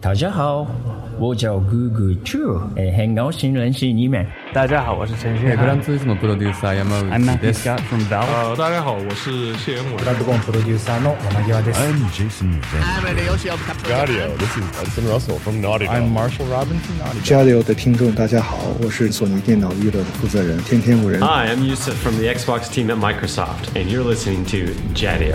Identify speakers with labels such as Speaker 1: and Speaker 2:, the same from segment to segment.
Speaker 1: 大家好，我叫 Google Chu，哎，很高兴认识你们。
Speaker 2: 大家好，我是陈
Speaker 3: え
Speaker 2: 迅
Speaker 3: ー、フランツーリスモプロデューサー山
Speaker 2: I'm
Speaker 3: 内
Speaker 2: Matt
Speaker 3: です
Speaker 2: Scott from Valve。
Speaker 4: 呃，大家好，我是谢元伟。
Speaker 5: ドボンプロデューサーの山際です。
Speaker 6: I'm Jason Van.
Speaker 7: Gaudio. This is Hudson Russell from Naughty Dog.
Speaker 4: Marshall Robinson.
Speaker 8: Jaleo 的听众，大家好，我是索尼电脑娱乐的负责人天天五人。
Speaker 9: Hi, I'm Yusuf from the Xbox team at Microsoft, and you're listening to Jadio.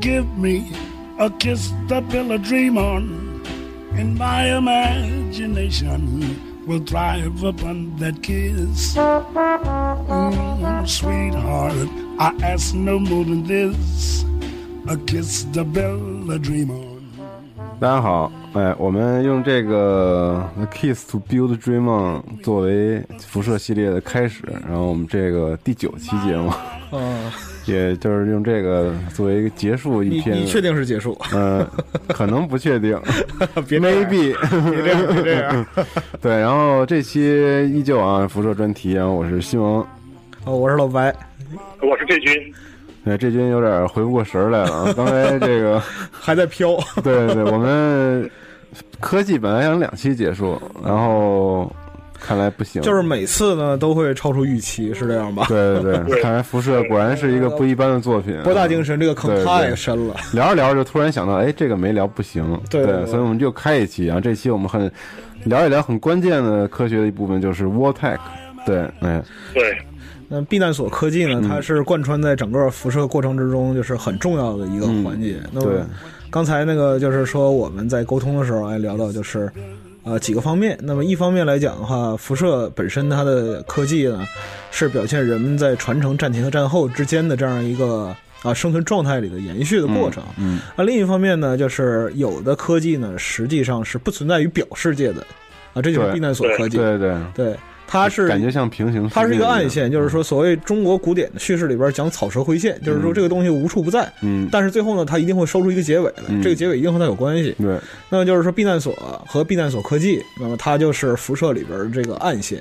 Speaker 10: Give me a kiss to build a dream on, and my imagination will thrive upon that kiss. Mm, sweetheart, I ask no more than this a kiss to build a dream on.
Speaker 11: 大家好，哎，我们用这个《The Kiss to Build Dream On》作为辐射系列的开始，然后我们这个第九期节目， 也就是用这个作为一个结束一篇。
Speaker 3: 你确定是结束？
Speaker 11: 嗯，可能不确定
Speaker 3: 别这样
Speaker 11: ，maybe 别这样，别这样。 对，然后这期依旧啊，辐射专题，然后我是西蒙。
Speaker 3: 哦，我是老白。
Speaker 7: 我是这军，
Speaker 11: 对，哎这军有点回不过神儿来了啊！刚才这个，
Speaker 3: 还在飘，
Speaker 11: 对对对，我们科技本来想两期结束，
Speaker 3: 嗯
Speaker 11: 然后看来不行，
Speaker 3: 就是每次呢都会超出预期，是这样吧？
Speaker 11: 对对对，看来辐射果然是一个不一般的作品。
Speaker 3: 博大精深，这个坑
Speaker 11: 对
Speaker 3: 太
Speaker 11: 对
Speaker 3: 深了。
Speaker 11: 聊着聊着就突然想到，哎，这个没聊不行，
Speaker 3: 对对对
Speaker 11: 所以我们就开一期，然后这期我们很聊一聊很关键的科学的一部分，就是 War Tech。对，哎，
Speaker 7: 对，
Speaker 3: 那避难所科技呢，它是贯穿在整个辐射过程之中，就是很重要的一个环节。那
Speaker 11: 对
Speaker 3: 么刚才那个就是说我们在沟通的时候，哎，聊到就是。呃，几个方面。那么一方面来讲的话，辐射本身它的科技呢，是表现人们在传承战前和战后之间的这样一个啊生存状态里的延续的过程。
Speaker 11: 嗯，
Speaker 3: 啊，另一方面呢，就是有的科技呢，实际上是不存在于表世界的，啊，这就是
Speaker 11: 对
Speaker 3: 避难所科技。
Speaker 11: 对对，
Speaker 3: 对它是
Speaker 11: 感觉嗯像平行世界样，
Speaker 3: 它是一个暗线，就是说，所谓中国古典的叙事里边讲草蛇灰线，就是说这个东西无处不在，
Speaker 11: 嗯，
Speaker 3: 但是最后呢，它一定会收出一个结尾来，
Speaker 11: 嗯
Speaker 3: 这个结尾一定和它有关系。
Speaker 11: 对，
Speaker 3: 那么就是说，避难所和避难所科技，那么它就是辐射里边这个暗线。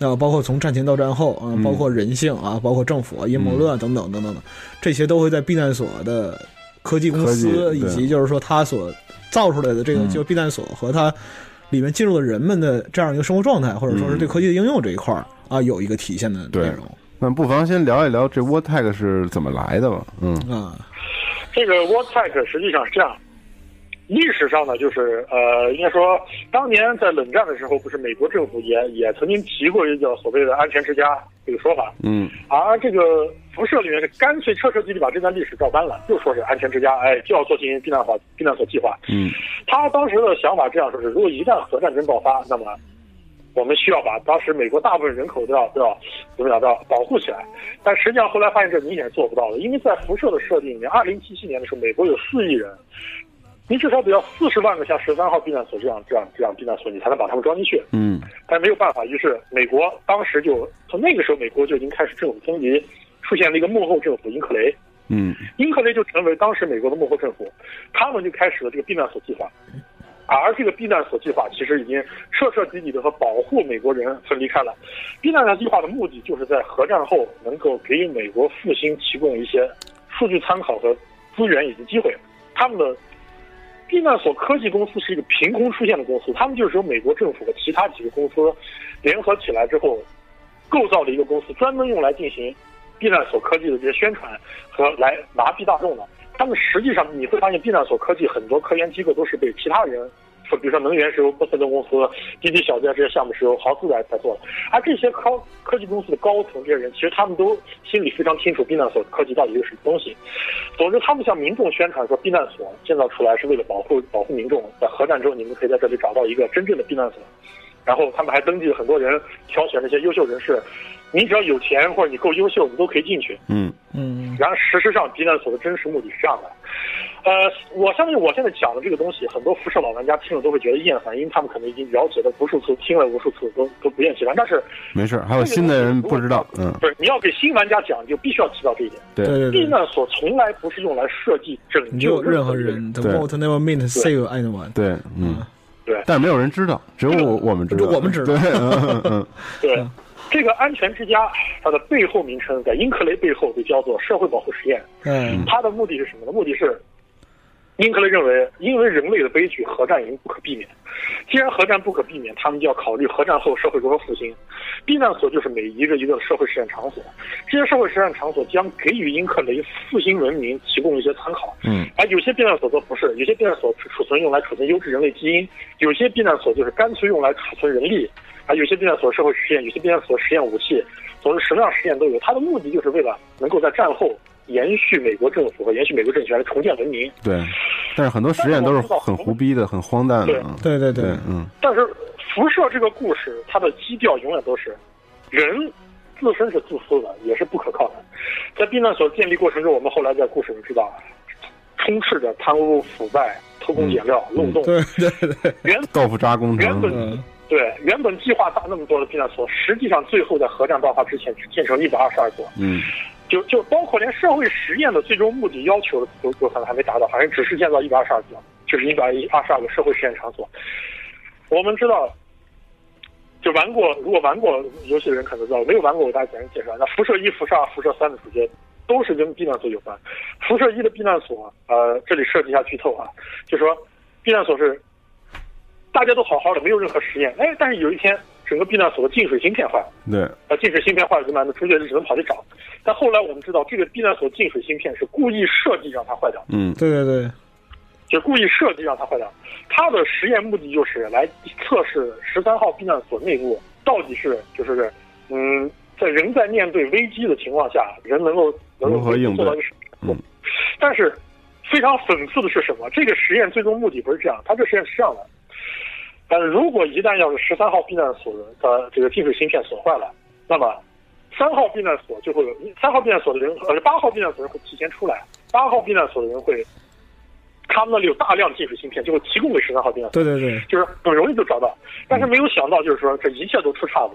Speaker 3: 那包括从战前到战后啊，包括人性啊，包括政府、啊、阴谋论啊等等等等等，这些都会在避难所的科技公司
Speaker 11: 科技
Speaker 3: 以
Speaker 11: 对
Speaker 3: 及就是说它所造出来的这个
Speaker 11: 嗯
Speaker 3: 就避难所和它里面进入的人们的这样一个生活状态，或者说是对科技的应用这一块儿啊，有一个体现的内
Speaker 11: 对
Speaker 3: 容
Speaker 11: 那不妨先聊一聊这 War Tech 是怎么来的吧？嗯
Speaker 3: 啊。
Speaker 7: 这个 w a r t e c 实际上是这样，历史上呢，就是呃，应该说当年在冷战的时候，不是美国政府也也曾经提过一个所谓的安全之家这个说法，
Speaker 11: 嗯，
Speaker 7: 而这个辐射里面是干脆彻彻底底把这段历史照搬了，就说是安全之家，哎，就要做进行避难法避难所计划。
Speaker 11: 嗯，
Speaker 7: 他当时的想法这样说是，如果一旦核战争爆发，那么我们需要把当时美国大部分人口都要都要怎么讲都要保护起来。但实际上后来发现这明显是做不到的，因为在辐射的设定里面，二零七七年的时候，美国有四亿人，你至少得要四十万个像十三号避难所这样这样这样避难所，你才能把他们装进去。
Speaker 11: 嗯
Speaker 7: 但没有办法，于是美国当时就从那个时候，美国就已经开始政府升级，出现了一个幕后政府英克雷，
Speaker 11: 嗯
Speaker 7: 英克雷就成为当时美国的幕后政府，他们就开始了这个避难所计划，而这个避难所计划其实已经彻彻底底的和保护美国人分离开了。避难所计划的目的就是在核战后能够给予美国复兴提供一些数据参考和资源以及机会。他们的避难所科技公司是一个凭空出现的公司，他们就是由美国政府和其他几个公司联合起来之后，构造了一个公司，专门用来进行避难所科技的这些宣传和来麻痹大众的。他们实际上你会发现，避难所科技很多科研机构都是被其他人说比如说能源是由波士顿公司、滴滴小电这些项目是由豪斯来来做的，而这些高科技公司的高层这些人，其实他们都心里非常清楚避难所科技到底是什么东西。总之，他们向民众宣传说，避难所建造出来是为了保护保护民众，在核战之后你们可以在这里找到一个真正的避难所。然后他们还登记了很多人，挑选那些优秀人士，你只要有钱或者你够优秀，你都可以进去。
Speaker 11: 嗯
Speaker 3: 嗯。
Speaker 7: 然而实施上，避难所的真实目的是这样的。呃，我相信我现在讲的这个东西，很多辐射老玩家听了都会觉得厌烦，因为他们可能已经了解了无数次，听了无数次都都不厌其烦。但是
Speaker 11: 没事儿，还有哦新的人 不知道，嗯，
Speaker 7: 不是你要给新玩家讲，你就必须要提到这一点。
Speaker 11: 对
Speaker 3: 对对
Speaker 7: 避
Speaker 3: 对，
Speaker 7: 难所从来不是用来设计拯
Speaker 3: 你
Speaker 7: 救
Speaker 3: 就任
Speaker 7: 何
Speaker 3: 何人，The
Speaker 11: 对
Speaker 3: world never meant to save anyone。
Speaker 11: 对，嗯，
Speaker 7: 对
Speaker 11: 但是没有人知道，只有我我们知道，
Speaker 3: 我们知道
Speaker 11: 对，嗯嗯
Speaker 7: 对，这个安全之家，它的背后名称在英克雷背后被叫做社会保护实验。
Speaker 3: 嗯
Speaker 7: 它的目的是什么呢？目的是，英克雷认为，因为人类的悲剧，核战已经不可避免。既然核战不可避免，他们就要考虑核战后社会如何复兴。避难所就是每一个一个社会实验场所，这些社会实验场所将给予英克雷复兴文明提供一些参考。
Speaker 11: 嗯，
Speaker 7: 而啊有些避难所则不是，有些避难所是储存用来储存优质人类基因，有些避难所就是干脆用来储存人力，啊，有些避难所社会实验，有些避难所实验武器，总之什么样实验都有。它的目的就是为了能够在战后延续美国政府和延续美国政权，重建文明。
Speaker 11: 对，但是很多实验都是很胡逼的，很荒诞的，啊，
Speaker 3: 对对
Speaker 11: 对，嗯，
Speaker 7: 但是辐射这个故事，它的基调永远都是人自身是自私的，也是不可靠的。在避难所建立过程中，我们后来在故事里知道，充斥着贪污腐败、偷工减料、漏洞。
Speaker 3: 嗯对对对，
Speaker 7: 原
Speaker 11: 豆腐渣工
Speaker 7: 原
Speaker 11: 程，
Speaker 7: 本、
Speaker 3: 嗯
Speaker 7: 对原本计划搭那么多的避难所，实际上最后在核战爆发之前只建成一百二十二座，
Speaker 11: 嗯，
Speaker 7: 就就包括连社会实验的最终目的要求都都可能还没达到，反正只是建造一百二十二座，啊就是一百二十二个社会实验场所。我们知道，就玩过，如果玩过游戏的人可能知道，没有玩过我给大家简单介绍。那辐射一、辐射二、辐射三的主角都是跟避难所有关。辐射一的避难所，呃，这里涉及一下剧透啊，就说避难所是大家都好好的，没有任何实验，哎，但是有一天整个避难所的净水芯片坏了。
Speaker 11: 对，
Speaker 7: 呃，净水芯片坏了怎么办呢？主角就只能跑去找。但后来我们知道，这个避难所净水芯片是故意设计让它坏掉的，
Speaker 11: 嗯
Speaker 3: 对对对，
Speaker 7: 就故意设计让它坏掉。它的实验目的就是来测试十三号避难所内部到底是就是嗯，在人在面对危机的情况下，人能够能
Speaker 11: 如何
Speaker 7: 够
Speaker 11: 应
Speaker 7: 做到一
Speaker 11: 对
Speaker 7: 个什么程
Speaker 11: 嗯
Speaker 7: 度。但是非常讽刺的是什么？这个实验最终目的不是这样，它这个实验是这样的。但如果一旦要是十三号避难所的这个净水芯片损坏了，那么三号避难所就会有三号避难所的人，呃，八号避难所人会提前出来，八号避难所的人会，他们那里有大量净水芯片，就会提供给十三号避难所，
Speaker 3: 对对对，
Speaker 7: 就是很容易就找到。但是没有想到，就是说这一切都出岔子，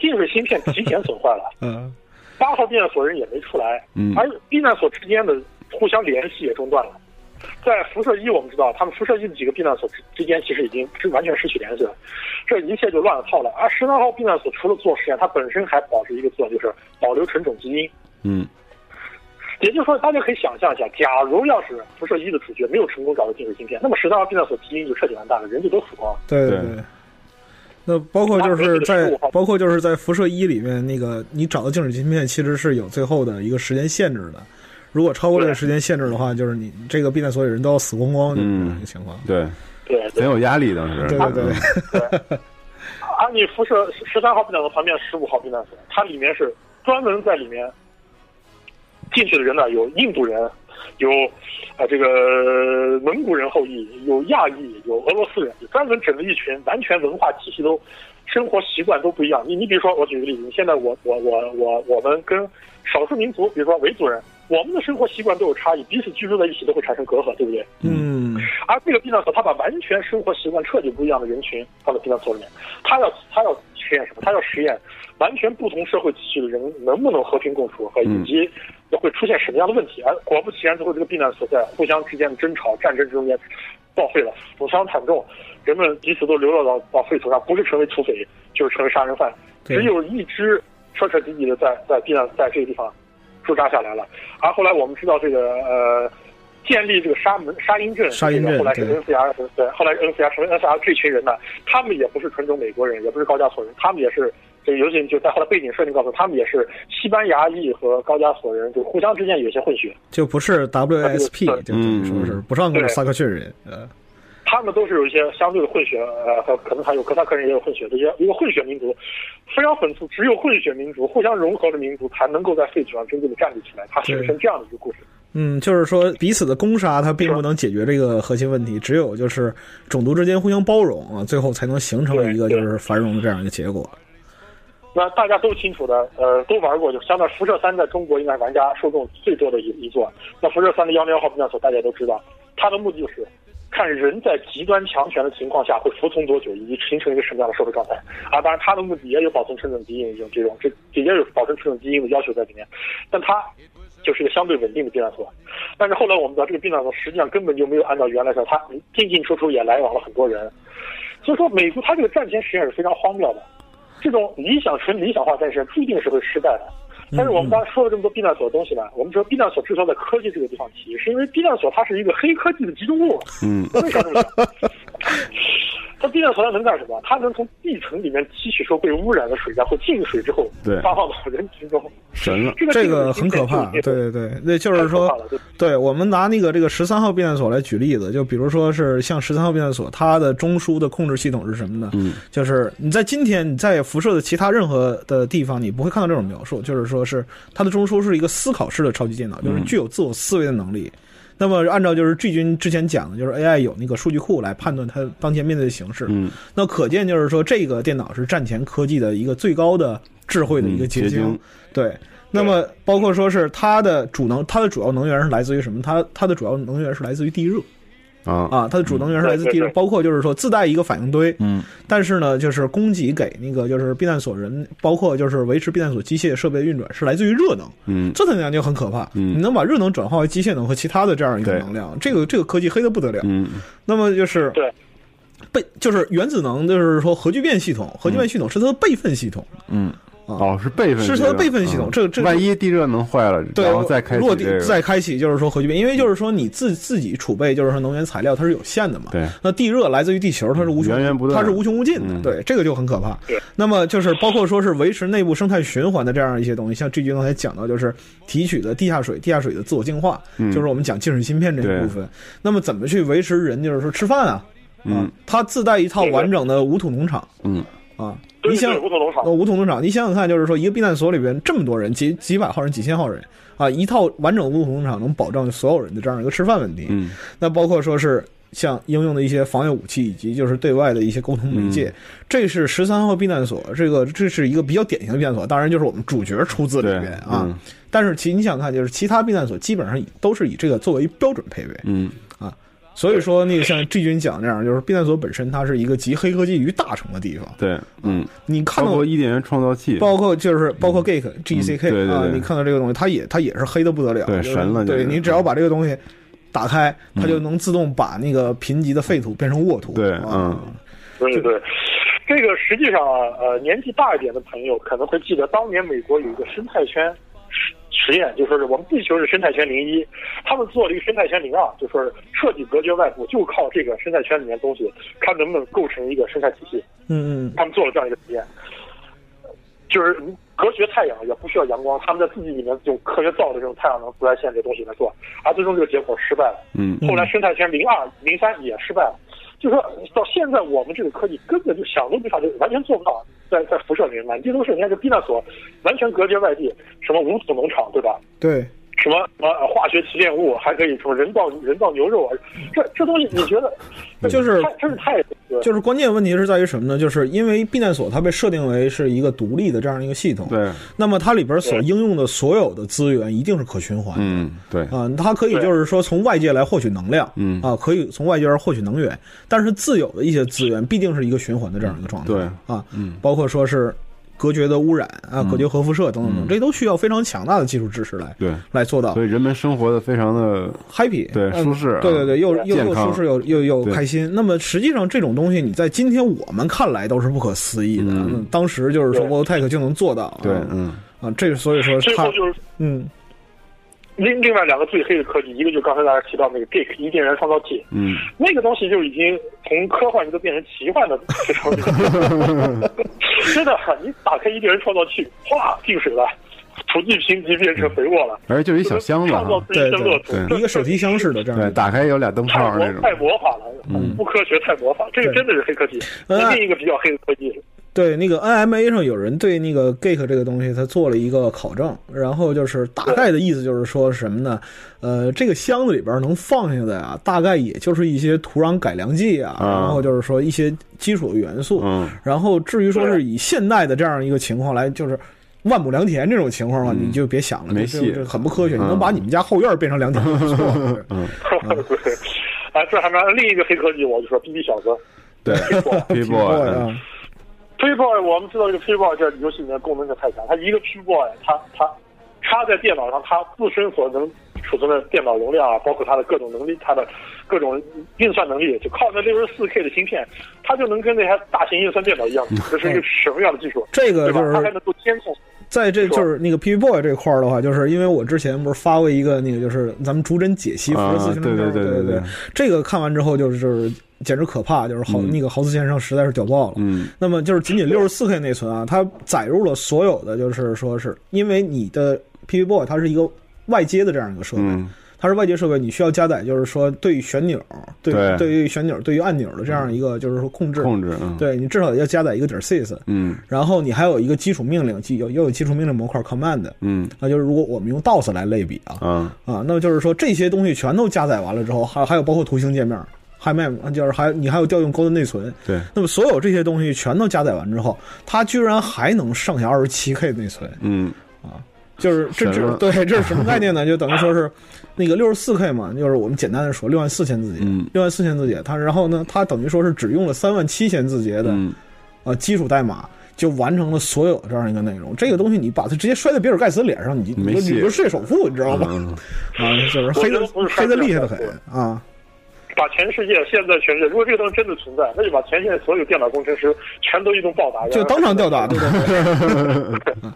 Speaker 7: 净水芯片提前损坏了，
Speaker 3: 嗯，
Speaker 7: 八号避难所人也没出来，
Speaker 11: 嗯
Speaker 7: 而避难所之间的互相联系也中断了。在辐射一，我们知道他们辐射一的几个避难所之之间其实已经是完全失去联系了，这一切就乱了套了。而十三号避难所除了做实验，它本身还保持一个作用，就是保留纯种基因。
Speaker 11: 嗯
Speaker 7: 也就是说，大家可以想象一下，假如要是辐射一的主角没有成功找到净水芯片，那么十三号避难所基因就彻底完蛋了，人就都死光了。
Speaker 3: 对
Speaker 11: 对
Speaker 3: 对。那包括就是在
Speaker 7: 15号
Speaker 3: 包括就是在辐射一里面，那个你找到静止芯片其实是有最后的一个时间限制的。如果超过这个
Speaker 7: 对
Speaker 3: 时间限制的话，就是你这个避难所有人都要死光光，就是
Speaker 11: 嗯
Speaker 3: 这样一个情况。
Speaker 11: 对，
Speaker 7: 对对
Speaker 11: 很有压力当时，
Speaker 3: 对对对，
Speaker 7: 安妮啊辐射十三号避难所旁边十五号避难所，它里面是专门在里面进去的人呢，有印度人，有呃这个蒙古人后裔，有亚裔，有俄罗斯人，就专门整了一群完全文化体系都生活习惯都不一样。你你比如说，我举个例子，你现在我我我我我们跟少数民族，比如说维族人，我们的生活习惯都有差异，彼此居住在一起都会产生隔阂，对不对？
Speaker 3: 嗯，
Speaker 7: 而这个避难所，他把完全生活习惯彻底不一样的人群放到避难所里面，他要他要实验什么？他要实验完全不同社会体系的人能不能和平共处，和以及会出现什么样的问题。而果不其然，最后这个避难所在互相之间的争吵、战争中间报废了，死伤惨重，人们彼此都流落到到废土上，不是成为土匪，就是成为杀人犯。
Speaker 3: 对
Speaker 7: 只有一支彻彻底底的在在避难在这个地方驻扎下来了。而后来我们知道这个呃。建立这个沙门沙鹰镇，
Speaker 3: 沙鹰
Speaker 7: 这个
Speaker 3: 镇
Speaker 7: 后来是
Speaker 3: 对
Speaker 7: NCR 对，后来 NCR 成为 NCR 这群人呢，他们也不是纯种美国人，也不是高加索人，他们也是这个尤其就在后来背景设定告诉他们也是西班牙裔和高加索人，就互相之间有些混血。
Speaker 3: 就不是 WSP，就等于说是
Speaker 11: 嗯
Speaker 3: 不上个
Speaker 7: 对
Speaker 3: 萨克逊人。呃，
Speaker 7: 他们都是有一些相对的混血，呃，和可能还有哥萨克人也有混血的一个一个混血民族，非常讽刺，只有混血民族互相融合的民族才能够在废墟上真正的站立起来。它是生这样的一个故事。
Speaker 3: 嗯，就是说彼此的攻杀，它并不能解决这个核心问题，只有就是种族之间互相包容啊，最后才能形成一个就是繁荣的这样一个结果。
Speaker 7: 那大家都清楚的，呃，都玩过，就相当于辐射三在中国应该玩家受众最多的一一座。那辐射三的幺零幺号避难所大家都知道，它的目的就是看人在极端强权的情况下会服从多久，以及形成一个什么样的社会状态啊。当然，它的目的也有保存纯种基因这种这也有保存纯种基因的要求在里面，但它。就是一个相对稳定的避难所，但是后来我们知道，这个避难所实际上根本就没有按照原来的，它进进出出也来往了很多人，所以说美国它这个战前实验是非常荒谬的，这种理想纯理想化战争注定是会失败的。
Speaker 3: 嗯
Speaker 7: 但是我们刚才说了这么多避难所的东西呢，我们说避难所之所以在科技这个地方提，是因为避难所它是一个黑科技的集中 物。
Speaker 11: 嗯，
Speaker 7: 为啥这么讲？它避难所它能干什么？它能从地层里面吸取受被污染的水，然后进水之后
Speaker 11: 对
Speaker 7: 发放到人群中。
Speaker 11: 神了，
Speaker 7: 这个
Speaker 3: 嗯这个很可怕，对对对，那就是说
Speaker 7: 太可怕了对，
Speaker 3: 对我们拿那个这个十三号避难所来举例子，就比如说是像十三号避难所，它的中枢的控制系统是什么呢？
Speaker 11: 嗯，
Speaker 3: 就是你在今天你在辐射的其他任何的地方，你不会看到这种描述，就是说是它的中枢是一个思考式的超级电脑，就是具有自我思维的能力。那么，按照就是 G 君之前讲的，就是 AI 有那个数据库来判断它当前面对的形势。
Speaker 11: 嗯，
Speaker 3: 那可见就是说，这个电脑是战前科技的一个最高的智慧的一个
Speaker 11: 嗯
Speaker 3: 结
Speaker 11: 结晶
Speaker 3: 对，那么包括说是它的主能，它的主要能源是来自于什么？它它的主要能源是来自于地热
Speaker 11: 啊，
Speaker 3: 啊，它的主能源是来自地
Speaker 7: 嗯对
Speaker 3: 热，
Speaker 7: 对对
Speaker 3: 包括就是说自带一个反应堆。
Speaker 11: 嗯，
Speaker 3: 但是呢，就是供给给那个就是避难所人，包括就是维持避难所机械设备运转，是来自于热能。
Speaker 11: 嗯，
Speaker 3: 这能量就很可怕。
Speaker 11: 嗯
Speaker 3: 你能把热能转化为机械能和其他的这样一个
Speaker 11: 对
Speaker 3: 能量，这个这个科技黑的不得了。
Speaker 11: 嗯，
Speaker 3: 那么就是
Speaker 7: 对
Speaker 3: 备，就是原子能，就是说核聚变系统，核聚变系统是它的备份系统。
Speaker 11: 嗯，
Speaker 3: 啊
Speaker 11: 哦，是备份系统，
Speaker 3: 是它的备份系统
Speaker 11: 嗯
Speaker 3: 这这
Speaker 11: 万一地热能坏了，
Speaker 3: 对，
Speaker 11: 然后再开启
Speaker 3: 落地
Speaker 11: 这个
Speaker 3: 再开启，就是说核聚变，因为就是说你自自己储备，就是说能源材料它是有限的嘛。
Speaker 11: 对
Speaker 3: 那地热来自于地球，它是无穷，
Speaker 11: 源源不断
Speaker 3: 它是无穷无尽的。
Speaker 11: 嗯
Speaker 3: 对，这个就很可怕
Speaker 7: 对。
Speaker 3: 那么就是包括说是维持内部生态循环的这样一些东西，像 G 局刚才讲到，就是提取的地下水，地下水的自我净化，
Speaker 11: 嗯
Speaker 3: 就是我们讲净水芯片这一
Speaker 11: 对
Speaker 3: 部分。那么怎么去维持人就是说吃饭啊？啊
Speaker 11: 嗯，
Speaker 3: 它自带一套
Speaker 7: 对对
Speaker 3: 完整的无土农场
Speaker 11: 嗯
Speaker 3: 啊。
Speaker 7: 对
Speaker 3: 你想
Speaker 7: 对无土农场
Speaker 3: 呃无土农场，你想想看，就是说一个避难所里边这么多人，几几百号人、几千号人啊，一套完整的无土农场能保障所有人的这样一个吃饭问题。
Speaker 11: 嗯
Speaker 3: 那包括说是像应用的一些防御武器，以及就是对外的一些沟通媒
Speaker 11: 嗯
Speaker 3: 介。这是十三号避难所，这个这是一个比较典型的避难所，当然就是我们主角出自里
Speaker 11: 对
Speaker 3: 边啊。
Speaker 11: 嗯
Speaker 3: 但是其你想看，就是其他避难所基本上以都是以这个作为标准配备。
Speaker 11: 嗯
Speaker 3: 所以说，那个像 G 君讲那样，就是避难所本身它是一个集黑科技于大成的地方。
Speaker 11: 对嗯，
Speaker 3: 你看
Speaker 11: 包
Speaker 3: 到
Speaker 11: 括伊甸园创造器，
Speaker 3: 包括就是包括 Geek G C
Speaker 11: 嗯嗯对
Speaker 3: K
Speaker 11: 对
Speaker 3: 啊，
Speaker 11: 对
Speaker 3: 你看到这个东西，它也它也是黑的不得了，
Speaker 11: 对
Speaker 3: 就是
Speaker 11: 神了就是嗯
Speaker 3: 对你只要把这个东西打开，它就能自动把那个贫瘠的废土变成沃土。
Speaker 11: 对
Speaker 3: 啊
Speaker 11: 嗯，
Speaker 7: 对对，这个实际上啊，呃，年纪大一点的朋友可能会记得，当年美国有一个生态圈实实验，就说是我们地球是生态圈零一，他们做了一个生态圈零二，就说是彻底隔绝外部，就靠这个生态圈里面的东西，看能不能构成一个生态体系。
Speaker 3: 嗯
Speaker 7: 他们做了这样一个实验，就是隔绝太阳，也不需要阳光，他们在自己里面用科学造的这种太阳能紫外线这东西来做，而最终这个结果失败了。
Speaker 11: 嗯
Speaker 7: 后来生态圈零二、零三也失败了，就说到现在我们这个科技根本就想都没法，就完全做不到。在在辐射里面，满地都是，你看这避难所，完全隔绝外地，什么无土农场，对吧？
Speaker 3: 对，
Speaker 7: 什么什么呃化学提炼物，还可以什么人造人造牛肉啊，这这东西你觉得这
Speaker 3: 就是
Speaker 7: 太真是太
Speaker 3: 就是关键问题是在于什么呢？就是因为避难所它被设定为是一个独立的这样一个系统，
Speaker 11: 对，
Speaker 3: 那么它里边所应用的所有的资源一定是可循环的。
Speaker 11: 嗯对
Speaker 3: 啊、它可以就是说从外界来获取能量，
Speaker 11: 嗯
Speaker 3: 啊，可以从外界来获取能源，但是自有的一些资源必定是一个循环的这样一个状态，
Speaker 11: 对
Speaker 3: 啊，
Speaker 11: 嗯
Speaker 3: 包括说是隔绝的污染啊，隔绝核辐射等等等，这都需要非常强大的技术支持来
Speaker 11: 嗯对，
Speaker 3: 来做到
Speaker 11: 所以人们生活的非常的
Speaker 3: happy，
Speaker 11: 对
Speaker 3: 嗯
Speaker 11: 舒适啊
Speaker 3: 对对对，又又
Speaker 11: 健
Speaker 3: 又
Speaker 11: 康
Speaker 3: 舒适又又又
Speaker 11: 对
Speaker 3: 开心。那么实际上这种东西，你在今天我们看来都是不可思议的，
Speaker 11: 嗯
Speaker 3: 嗯当时就是说
Speaker 7: 对
Speaker 3: w o l t e c 就能做到啊，
Speaker 11: 对嗯
Speaker 3: 啊，这所以说
Speaker 7: 最
Speaker 3: 它
Speaker 7: 后就是
Speaker 3: 嗯
Speaker 7: 另另外两个最黑的科技，一个就是刚才大家提到那个 Geek 伊甸园创造器，
Speaker 11: 嗯
Speaker 7: 那个东西就已经从科幻都变成奇幻的这 种，真的，你打开伊甸园创造器，哗，进水了。土地贫瘠变成肥沃了，
Speaker 11: 而且就一小箱子哈
Speaker 7: 创造，自己的乐
Speaker 11: 对
Speaker 7: 土，
Speaker 11: 对
Speaker 3: 一个手提箱式的这样
Speaker 11: 对，打开有俩灯
Speaker 7: 太
Speaker 11: 泡
Speaker 7: 魔
Speaker 11: 那种，嗯
Speaker 7: 太魔法了，不科学太魔法，这个
Speaker 3: 对
Speaker 7: 真的是黑科技，
Speaker 3: 嗯
Speaker 7: 这另一个比较黑的科技。
Speaker 3: 对，那个 NMA 上有人对那个 Geek 这个东西，他做了一个考证，然后就是大概的意思就是说什么呢？呃，这个箱子里边能放下的啊，大概也就是一些土壤改良剂啊，
Speaker 11: 啊
Speaker 3: 然后就是说一些基础的元素。
Speaker 11: 嗯，
Speaker 3: 然后至于说是以现代的这样一个情况来，就是万亩良田这种情况啊，你就别想了，
Speaker 11: 嗯
Speaker 3: 这
Speaker 11: 没戏
Speaker 3: 这很不科学。你能
Speaker 11: 嗯
Speaker 3: 把你们家后院变成良田，就 不错了。
Speaker 7: 对，啊，这还蛮另一个黑科技，我就说 BB 小子
Speaker 11: 对
Speaker 3: 对
Speaker 11: p b o
Speaker 3: 对
Speaker 11: y
Speaker 3: 啊，
Speaker 7: Playboy，我们知道这个 Playboy 这游戏里面功能就太强，它一个 Playboy，它它插在电脑上，它自身所能储存的电脑容量啊，包括它的各种能力，它的各种运算能力，就靠那六十四 K 的芯片，它就能跟那些大型运算电脑一样，这是一个什么样的技术？
Speaker 3: 嗯哎这个
Speaker 7: 对吧
Speaker 3: 就？
Speaker 7: 它
Speaker 3: 是
Speaker 7: 还能够监控。
Speaker 3: 在这就是那个 PB Boy 这块儿的话，就是因为我之前不是发过一个那个，就是咱们逐帧解析辐射四
Speaker 11: 啊
Speaker 3: 千
Speaker 11: 对对
Speaker 3: 对
Speaker 11: 对对
Speaker 3: 对
Speaker 11: 对，
Speaker 3: 这个看完之后就是就是简直可怕，就是豪、那个豪斯先生实在是屌爆了。
Speaker 11: 嗯，
Speaker 3: 那么就是仅仅六十四 K 内存啊，它载入了所有的，就是说是因为你的 PB Boy 它是一个外接的这样一个设备，
Speaker 11: 嗯
Speaker 3: 它是外接设备，你需要加载，就是说对于旋钮，对
Speaker 11: 对
Speaker 3: 对于旋钮，对于按钮的这样一个就是说控制，
Speaker 11: 控制，嗯
Speaker 3: 对你至少要加载一个点 sys，
Speaker 11: 嗯
Speaker 3: 然后你还有一个基础命令，基有又有基础命令模块 command，
Speaker 11: 嗯
Speaker 3: 那就是如果我们用 DOS 来类比啊
Speaker 11: 啊
Speaker 3: 啊，那么就是说这些东西全都加载完了之后，还还有包括图形界面。还卖就是还你还有调用高的内存，
Speaker 11: 对，
Speaker 3: 那么所有这些东西全都加载完之后，它居然还能剩下二十七 K 内存，
Speaker 11: 嗯
Speaker 3: 就是这
Speaker 11: 神
Speaker 3: 这
Speaker 11: 了
Speaker 3: 对这是什么概念呢？就等于说是那个六十四 K 嘛，就是我们简单的说六万四千字节，
Speaker 11: 嗯
Speaker 3: 六万四千字节，它然后呢，它等于说是只用了三万七千字节的、
Speaker 11: 嗯，
Speaker 3: 呃基础代码就完成了所有这样一个内容。这个东西你把它直接摔在比尔盖茨脸上，你你
Speaker 11: 没
Speaker 3: 就
Speaker 11: 戏
Speaker 3: 你就世界首富，你知道吗？
Speaker 11: 嗯
Speaker 3: 啊，就是黑
Speaker 7: 我觉
Speaker 3: 的
Speaker 7: 得不是摔
Speaker 3: 黑的
Speaker 7: 比
Speaker 3: 厉害
Speaker 7: 尔
Speaker 3: 的
Speaker 7: 盖茨
Speaker 3: 很啊。
Speaker 7: 把全世界现在全世界，如果这个东西真的存在，那就把全世界所有电脑工程师全都一顿暴打，
Speaker 3: 就当场吊打对对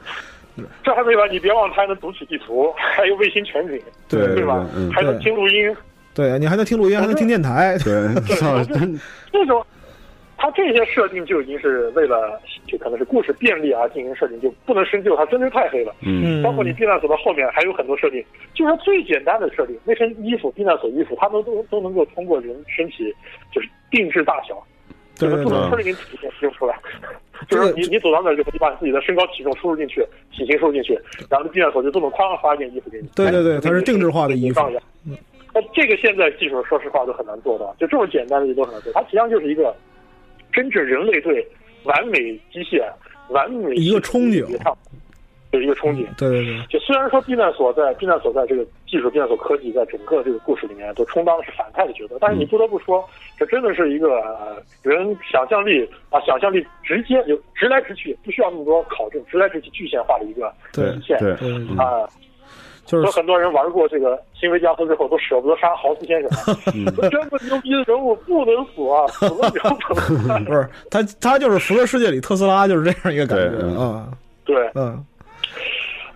Speaker 7: 这还没完，你别忘了它还能读取地图，还有卫星全景，
Speaker 11: 对对
Speaker 7: 吧
Speaker 11: 对？嗯
Speaker 7: 还能
Speaker 3: 对
Speaker 7: 听录音，
Speaker 3: 对你还能听录音，还能听电台，
Speaker 11: 对，操，真嗯
Speaker 7: 这种，它这些设定就已经是为了就可能是故事便利而啊进行设定，就不能深究，它真是太黑了。
Speaker 3: 嗯，
Speaker 11: 嗯
Speaker 7: 包括你避难所的后面还有很多设定，就是最简单的设定，那身衣服避难所衣服，它都都都能够通过人身体就是定制大小，
Speaker 3: 对对
Speaker 7: 不
Speaker 3: 对
Speaker 7: 能说是你体型体重出来，
Speaker 3: 这
Speaker 7: 就
Speaker 3: 个
Speaker 7: 是你你走到那儿就你把自己的身高体重输入进去，体型输入进去，然后避难所就这么哐发一件衣服给你。哎
Speaker 3: 对对对，它是定制化的衣服，嗯
Speaker 7: 放一下。那这个现在技术说实话都很难做到，就这么简单的也都很难做。它实际上就是一个真正人类对完美机械、完美
Speaker 3: 一个憧憬嗯
Speaker 7: 有一个憧憬。
Speaker 3: 对对对，
Speaker 7: 就虽然说避难所在避难所在这个技术避难所科技在整个这个故事里面都充当的是反派的角色，但是你不得不说，这真的是一个、呃人想象力把想象力直接就直来直去，不需要那么多考证，直来直去具现化的一个
Speaker 3: 对
Speaker 7: 体现
Speaker 11: 对嗯
Speaker 3: 对
Speaker 7: 啊。
Speaker 3: 就
Speaker 7: 有
Speaker 3: 是
Speaker 7: 很多人玩过这个《新维加斯》之后都舍不得杀豪斯先 生啊，说这么牛逼的人物不能死啊，死了就不 能啊
Speaker 3: 不是它它就是辐射世界里特斯拉就是这样一个感
Speaker 11: 对
Speaker 3: 觉
Speaker 11: 嗯
Speaker 3: 啊，
Speaker 7: 对，
Speaker 3: 嗯，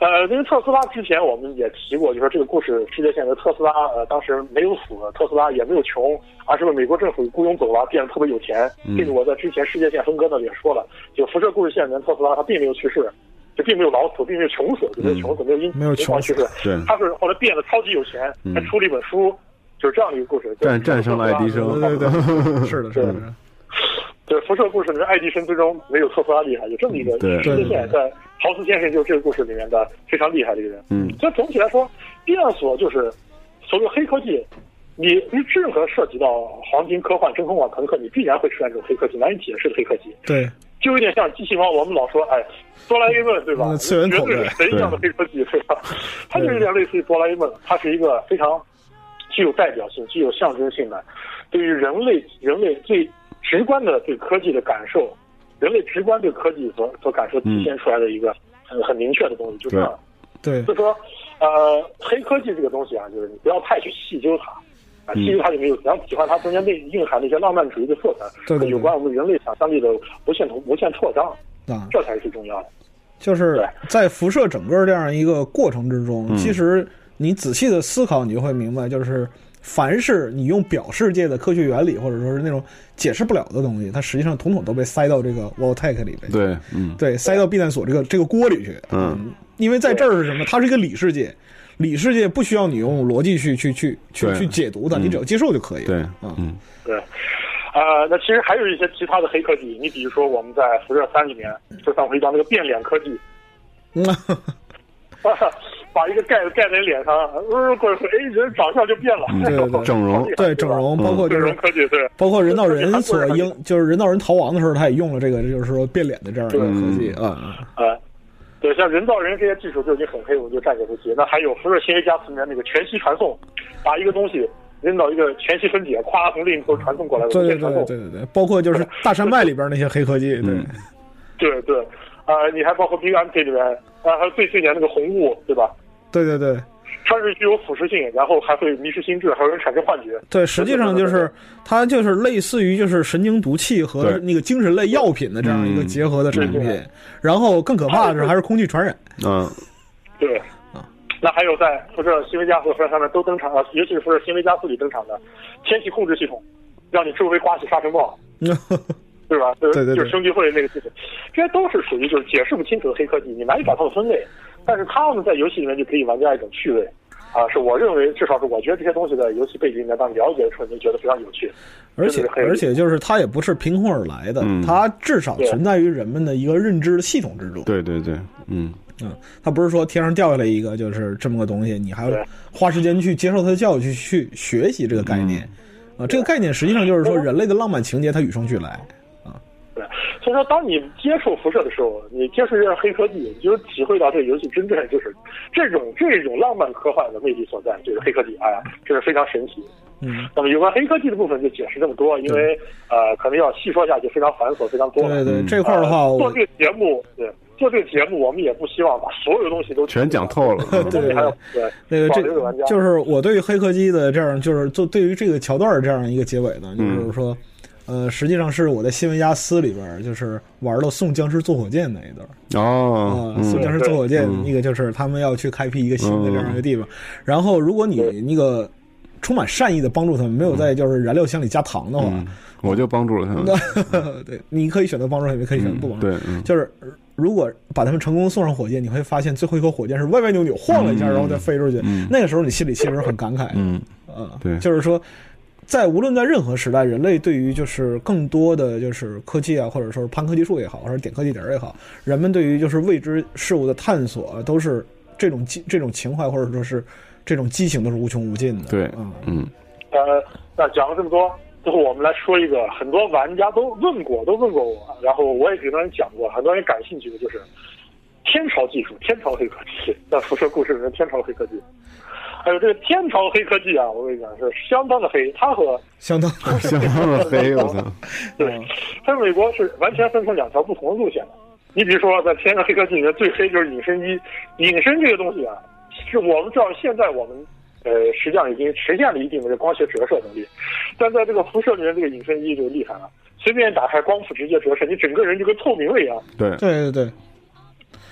Speaker 7: 呃，因为特斯拉之前我们也提过，就说这个故事世界线的特斯拉，呃，当时没有死，特斯拉也没有穷，而是被美国政府雇佣走了，变得特别有钱。这个我在之前世界线分割那里也说了，就辐射故事线里面特斯拉它并没有去世，就并没有老死，并没有穷死，就没有穷死，没有因
Speaker 3: 没有
Speaker 7: 疯狂去世，
Speaker 11: 对
Speaker 7: 他是后来变得超级有钱，还出了一本书，就是这样的一个故事。
Speaker 11: 战战胜了爱
Speaker 3: 对
Speaker 11: 迪生
Speaker 3: 对 对，
Speaker 11: 嗯
Speaker 3: 是的，是的，是的
Speaker 7: 对，辐射故事里面，爱迪生最终没有特斯拉厉害，有这么一个
Speaker 11: 嗯对
Speaker 7: 世界线，在豪斯先生就是这个故事里面的非常厉害的一个人。
Speaker 11: 嗯
Speaker 7: 所以总体来说，避难所就是所谓黑科技，你你任何涉及到黄金、科幻、真空网、朋克，你必然会出现这种黑科技难以解释的黑科技，
Speaker 3: 对，
Speaker 7: 就有点像机器猫，我们老说哎。哆啦 A 梦对吧？
Speaker 3: 嗯次元
Speaker 7: 绝
Speaker 3: 口
Speaker 7: 对
Speaker 3: 袋
Speaker 7: 是神一样的黑科技对吧？它就有点类似于哆啦 A 梦，它是一个非常具有代表性、具有象征性的，对于人类人类最直观的对科技的感受，人类直观对科技所所感受体现出来的一个很很明确的东西，就是这样。
Speaker 3: 嗯对
Speaker 7: 所，以说，呃，黑科技这个东西啊，就是你不要太去细究它，啊，细究它就没有，你要喜欢它中间内蕴含的一些浪漫主义的色彩，
Speaker 3: 对对对
Speaker 7: 有关我们人类想象力的无限无限扩张，
Speaker 3: 啊，
Speaker 7: 这才是最重要的。
Speaker 3: 就是
Speaker 7: 对
Speaker 3: 在辐射
Speaker 11: 嗯
Speaker 3: 整个这样一个过程之中，其实你仔细的思考，你就会明白，就是凡是你用表世界的科学原理，或者说是那种解释不了的东西，它实际上统统都被塞到这个 w a l t e c h 里边。
Speaker 11: 对，嗯，
Speaker 3: 对，塞到避难所这个这个锅里去。
Speaker 11: 嗯，
Speaker 3: 因为在这儿是什么？它是一个理世界，理世界不需要你用逻辑去去去去
Speaker 11: 对
Speaker 3: 去解读它，
Speaker 11: 嗯
Speaker 3: 你只要接受就可以。
Speaker 11: 对，
Speaker 3: 嗯，
Speaker 7: 对，呃，那其实还有一些其他的黑科技，你比如说我们在《辐射三》里面，就上回讲那个变脸科技，
Speaker 3: 嗯，
Speaker 7: 把一个盖子盖在脸上，呃，过一会儿，哎，人长相就变了。
Speaker 3: 嗯对 对对，
Speaker 11: 嗯整容
Speaker 3: 对整容，包
Speaker 11: 嗯
Speaker 3: 括就
Speaker 7: 整
Speaker 3: 是
Speaker 7: 容科技，对，
Speaker 3: 包括人造人所应，就是人造人逃亡的时候，他也用了这个，就是说变脸的这样一个科技啊。
Speaker 7: 呃，对，像人造人这些技术就已经很黑，我们就暂且不提。那还有《辐射新 A 加四》里面那个全息传送，把一个东西扔到一个全息分解，咵从另一头传送过来，
Speaker 3: 对对
Speaker 7: 无线传
Speaker 3: 对对
Speaker 7: 送。
Speaker 3: 对对，包括就是大山脉里边那些黑科技，对，
Speaker 7: 对对，呃，你还包括 Big MK 里面，呃，还有最最年那个红雾，对吧？
Speaker 3: 对对对
Speaker 7: 它是具有腐蚀性，然后还会迷失心智，还有人产生幻觉。
Speaker 3: 对，实际上就是它就是类似于就是神经毒气和
Speaker 11: 对
Speaker 3: 那个精神类药品的这样一个结合的产品，然后更可怕的是还是空气传染，
Speaker 11: 嗯，
Speaker 7: 对，
Speaker 3: 啊
Speaker 7: 那还有在辐射新维加斯和辐射上面都登场了，尤其是辐射新维加斯里登场的天气控制系统，让你周围刮起沙尘暴，对吧？对
Speaker 3: 对对对
Speaker 7: 就是生聚会那个系统，这些都是属于就是解释不清楚的黑科技，你难以把它们分类。但是它们在游戏里面就给予玩家一种趣味，啊，是我认为至少是我觉得这些东西在游戏背景里面，当你了解的时候，你就觉得非常有趣。
Speaker 3: 而
Speaker 7: 这就
Speaker 3: 且
Speaker 7: 是黑
Speaker 3: 而且就是它也不是凭空而来的，它至少存在于人们的一个认知系统之中。
Speaker 11: 对对对，嗯，
Speaker 3: 嗯，它不是说天上掉下来一个就是这么个东西，你还要花时间去接受它的教育，去去学习这个概
Speaker 7: 嗯
Speaker 3: 念。啊，这个概念实际上就是说，人类的浪漫情节它与生俱来。
Speaker 7: 对，所以说，当你接触辐射的时候，你接触这样黑科技，你就体会到这个游戏真正就是这种这种浪漫科幻的魅力所在，就是黑科技，哎呀，这是非常神奇。
Speaker 3: 嗯，
Speaker 7: 那么有关黑科技的部分就解释这么多，因为呃，可能要细说下去非常繁琐，非常多。
Speaker 3: 对对这块儿的话
Speaker 7: 呃
Speaker 3: 我
Speaker 7: 做这个节目，对，做这个节目，我们也不希望把所有东西都
Speaker 11: 全讲透了，
Speaker 7: 对 对还有对
Speaker 3: 那个
Speaker 7: 保
Speaker 3: 这
Speaker 7: 留给玩家
Speaker 3: 就是我对于黑科技的这样，就是做对于这个桥段儿这样一个结尾呢，就是
Speaker 7: 嗯
Speaker 3: 说，呃，实际上是我在新闻家司里边儿就是玩了送僵尸坐火箭那一段儿。
Speaker 11: 哦
Speaker 3: 啊，，
Speaker 11: 嗯
Speaker 3: 宋江是坐火箭，
Speaker 11: 嗯
Speaker 3: 那个就是他们要去开辟一个新的这样一个地方。然后，如果你那个充满善意的帮助他们，没有在就是燃料箱里加糖的话，
Speaker 11: 嗯，我就帮助了他们，嗯
Speaker 3: 对，你可以选择帮助他们，也可以选择不帮助。
Speaker 11: 对，嗯
Speaker 3: 就是如果把他们成功送上火箭，你会发现最后一颗火箭是歪歪扭扭晃了一下，然后再飞出去。那个时候你心里其实很感慨，
Speaker 11: 嗯，
Speaker 3: 啊，
Speaker 11: 对
Speaker 3: 就是说，在无论在任何时代，人类对于就是更多的就是科技啊，或者说是攀科技树也好，或者点科技点儿也好，人们对于就是未知事物的探索、啊，都是这种激这种情怀，或者说是这种激情，都是无穷无尽的。
Speaker 11: 对
Speaker 3: 啊，，
Speaker 11: 嗯，
Speaker 7: 呃，那讲了这么多，最后我们来说一个很多玩家都问过，都问过我，然后我也给很多人讲过，很多人感兴趣的就是天朝技术、天朝黑科技，在辐射故事里面天朝黑科技。还有这个天朝黑科技啊，我跟你讲是相当的黑，它和
Speaker 3: 相当
Speaker 11: 相当的黑，我操，
Speaker 7: 对，在美国是完全分成两条不同的路线的。你比如说，在天上黑科技里面最黑就是隐身衣，隐身这个东西啊，是我们知道现在我们呃实际上已经实现了一定的这光学折射能力，但在这个辐射里面，这个隐身衣就厉害了，随便打开光谱直接折射，你整个人就跟透明了一样。
Speaker 11: 对，
Speaker 3: 对对对，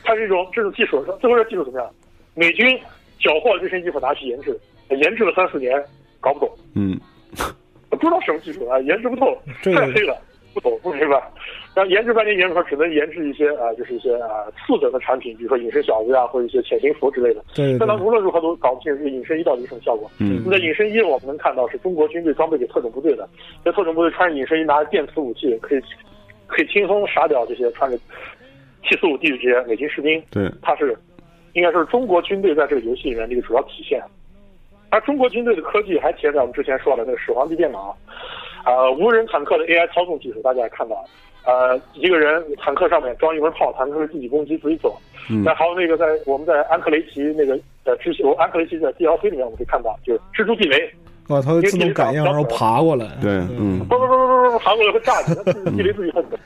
Speaker 7: 它是一种这种技术，最后这技术怎么样？美军缴获了这身衣服拿去研制，研制了三四年，搞不懂。
Speaker 11: 嗯，
Speaker 7: 不知道什么技术啊，研制不透，
Speaker 3: 这个
Speaker 7: 太黑了，不懂不明白。然后研制半天研制出来，只能研制一些啊、呃就是一些啊、呃次等的产品，比如说隐身小子呀，或者一些潜行服之类的。
Speaker 3: 对对
Speaker 7: 但它
Speaker 3: 对
Speaker 7: 无论如何都搞不清这个隐身衣到底是什么效果。
Speaker 11: 嗯
Speaker 7: 那么在隐身衣我们能看到是中国军队装备给特种部队的，这特种部队穿着隐身衣拿着电磁武器，可以可以轻松杀掉这些穿着 T 四五 D 的这些美军士兵。
Speaker 11: 对，
Speaker 7: 它是应该说是中国军队在这个游戏里面的一个主要体现。啊而中国军队的科技还体现在我们之前说的那个始皇帝电脑，呃，无人坦克的 AI 操纵技术，大家也看到了，呃，一个人坦克上面装一门炮，坦克是自己攻击自己走。
Speaker 11: 嗯
Speaker 7: 那还有那个在我们在安克雷奇那个呃之前，我安克雷奇在 DLC 里面我们可以看到，就是蜘蛛地雷，
Speaker 3: 哇，它会自动感应，然后爬过来。
Speaker 11: 对，嗯，
Speaker 7: 不不不不不，韩国人会炸你，那自己离自己恨的。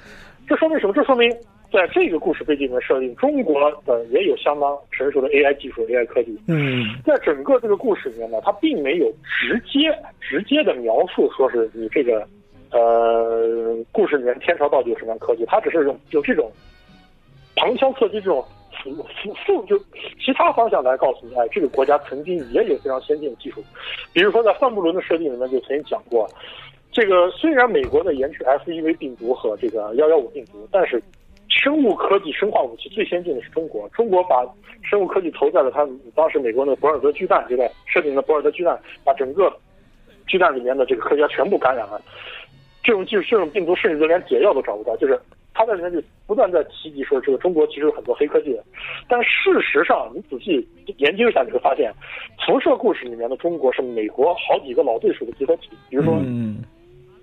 Speaker 7: 这说明什么？这说明在这个故事背景里面设定，中国的也有相当成熟的 AI 技术、AI 科技。
Speaker 3: 嗯，
Speaker 7: 在整个这个故事里面呢，它并没有直接直接的描述说是你这个呃故事里面天朝到底有什么样的科技，它只是用有这种旁敲侧击这种辅辅辅就其他方向来告诉你，哎，这个国家曾经也有非常先进的技术，比如说在范布伦的设定里面就曾经讲过，这个虽然美国呢研制 FEV E 病毒和这个幺幺五病毒，但是生物科技、生化武器最先进的是中国。中国把生物科技投在了它当时美国的博尔德巨蛋这个设定的博尔德巨蛋，把整个巨蛋里面的这个科学家全部感染了。这种技术、这种病毒，甚至连解药都找不到，就是他在里面就不断在提及说，这个中国其实有很多黑科技的。但事实上，你仔细研究一下，你会发现，辐射故事里面的中国是美国好几个老对手的集合体，比如说
Speaker 3: 嗯，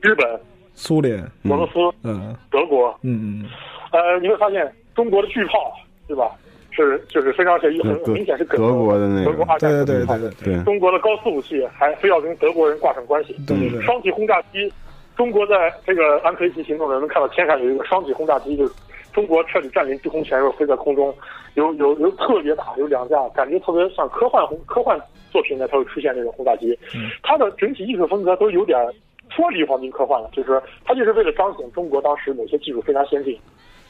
Speaker 7: 日本、
Speaker 3: 苏联、
Speaker 7: 俄罗斯、
Speaker 3: 嗯
Speaker 7: 德国，
Speaker 3: 嗯
Speaker 7: 呃，你会发现中国的巨炮，对吧？是就是非常是很很明显是
Speaker 11: 德国的那
Speaker 7: 德国
Speaker 11: 个，
Speaker 7: 二战
Speaker 3: 对对对
Speaker 7: 的巨炮
Speaker 3: 对
Speaker 11: 对
Speaker 7: 中国的高速武器还非要跟德国人挂上关系。嗯
Speaker 3: 对对对
Speaker 7: 双体轰炸机，中国在这个安科奇行动中能看到天上有一个双体轰炸机，就是中国彻底占领制空权，又飞在空中，有有有特别大，有两架，感觉特别像科幻轰科幻作品呢，它会出现这种轰炸机。
Speaker 3: 嗯
Speaker 7: 它的整体艺术风格都有点脱离黄金科幻了，就是它就是为了彰显中国当时某些技术非常先进。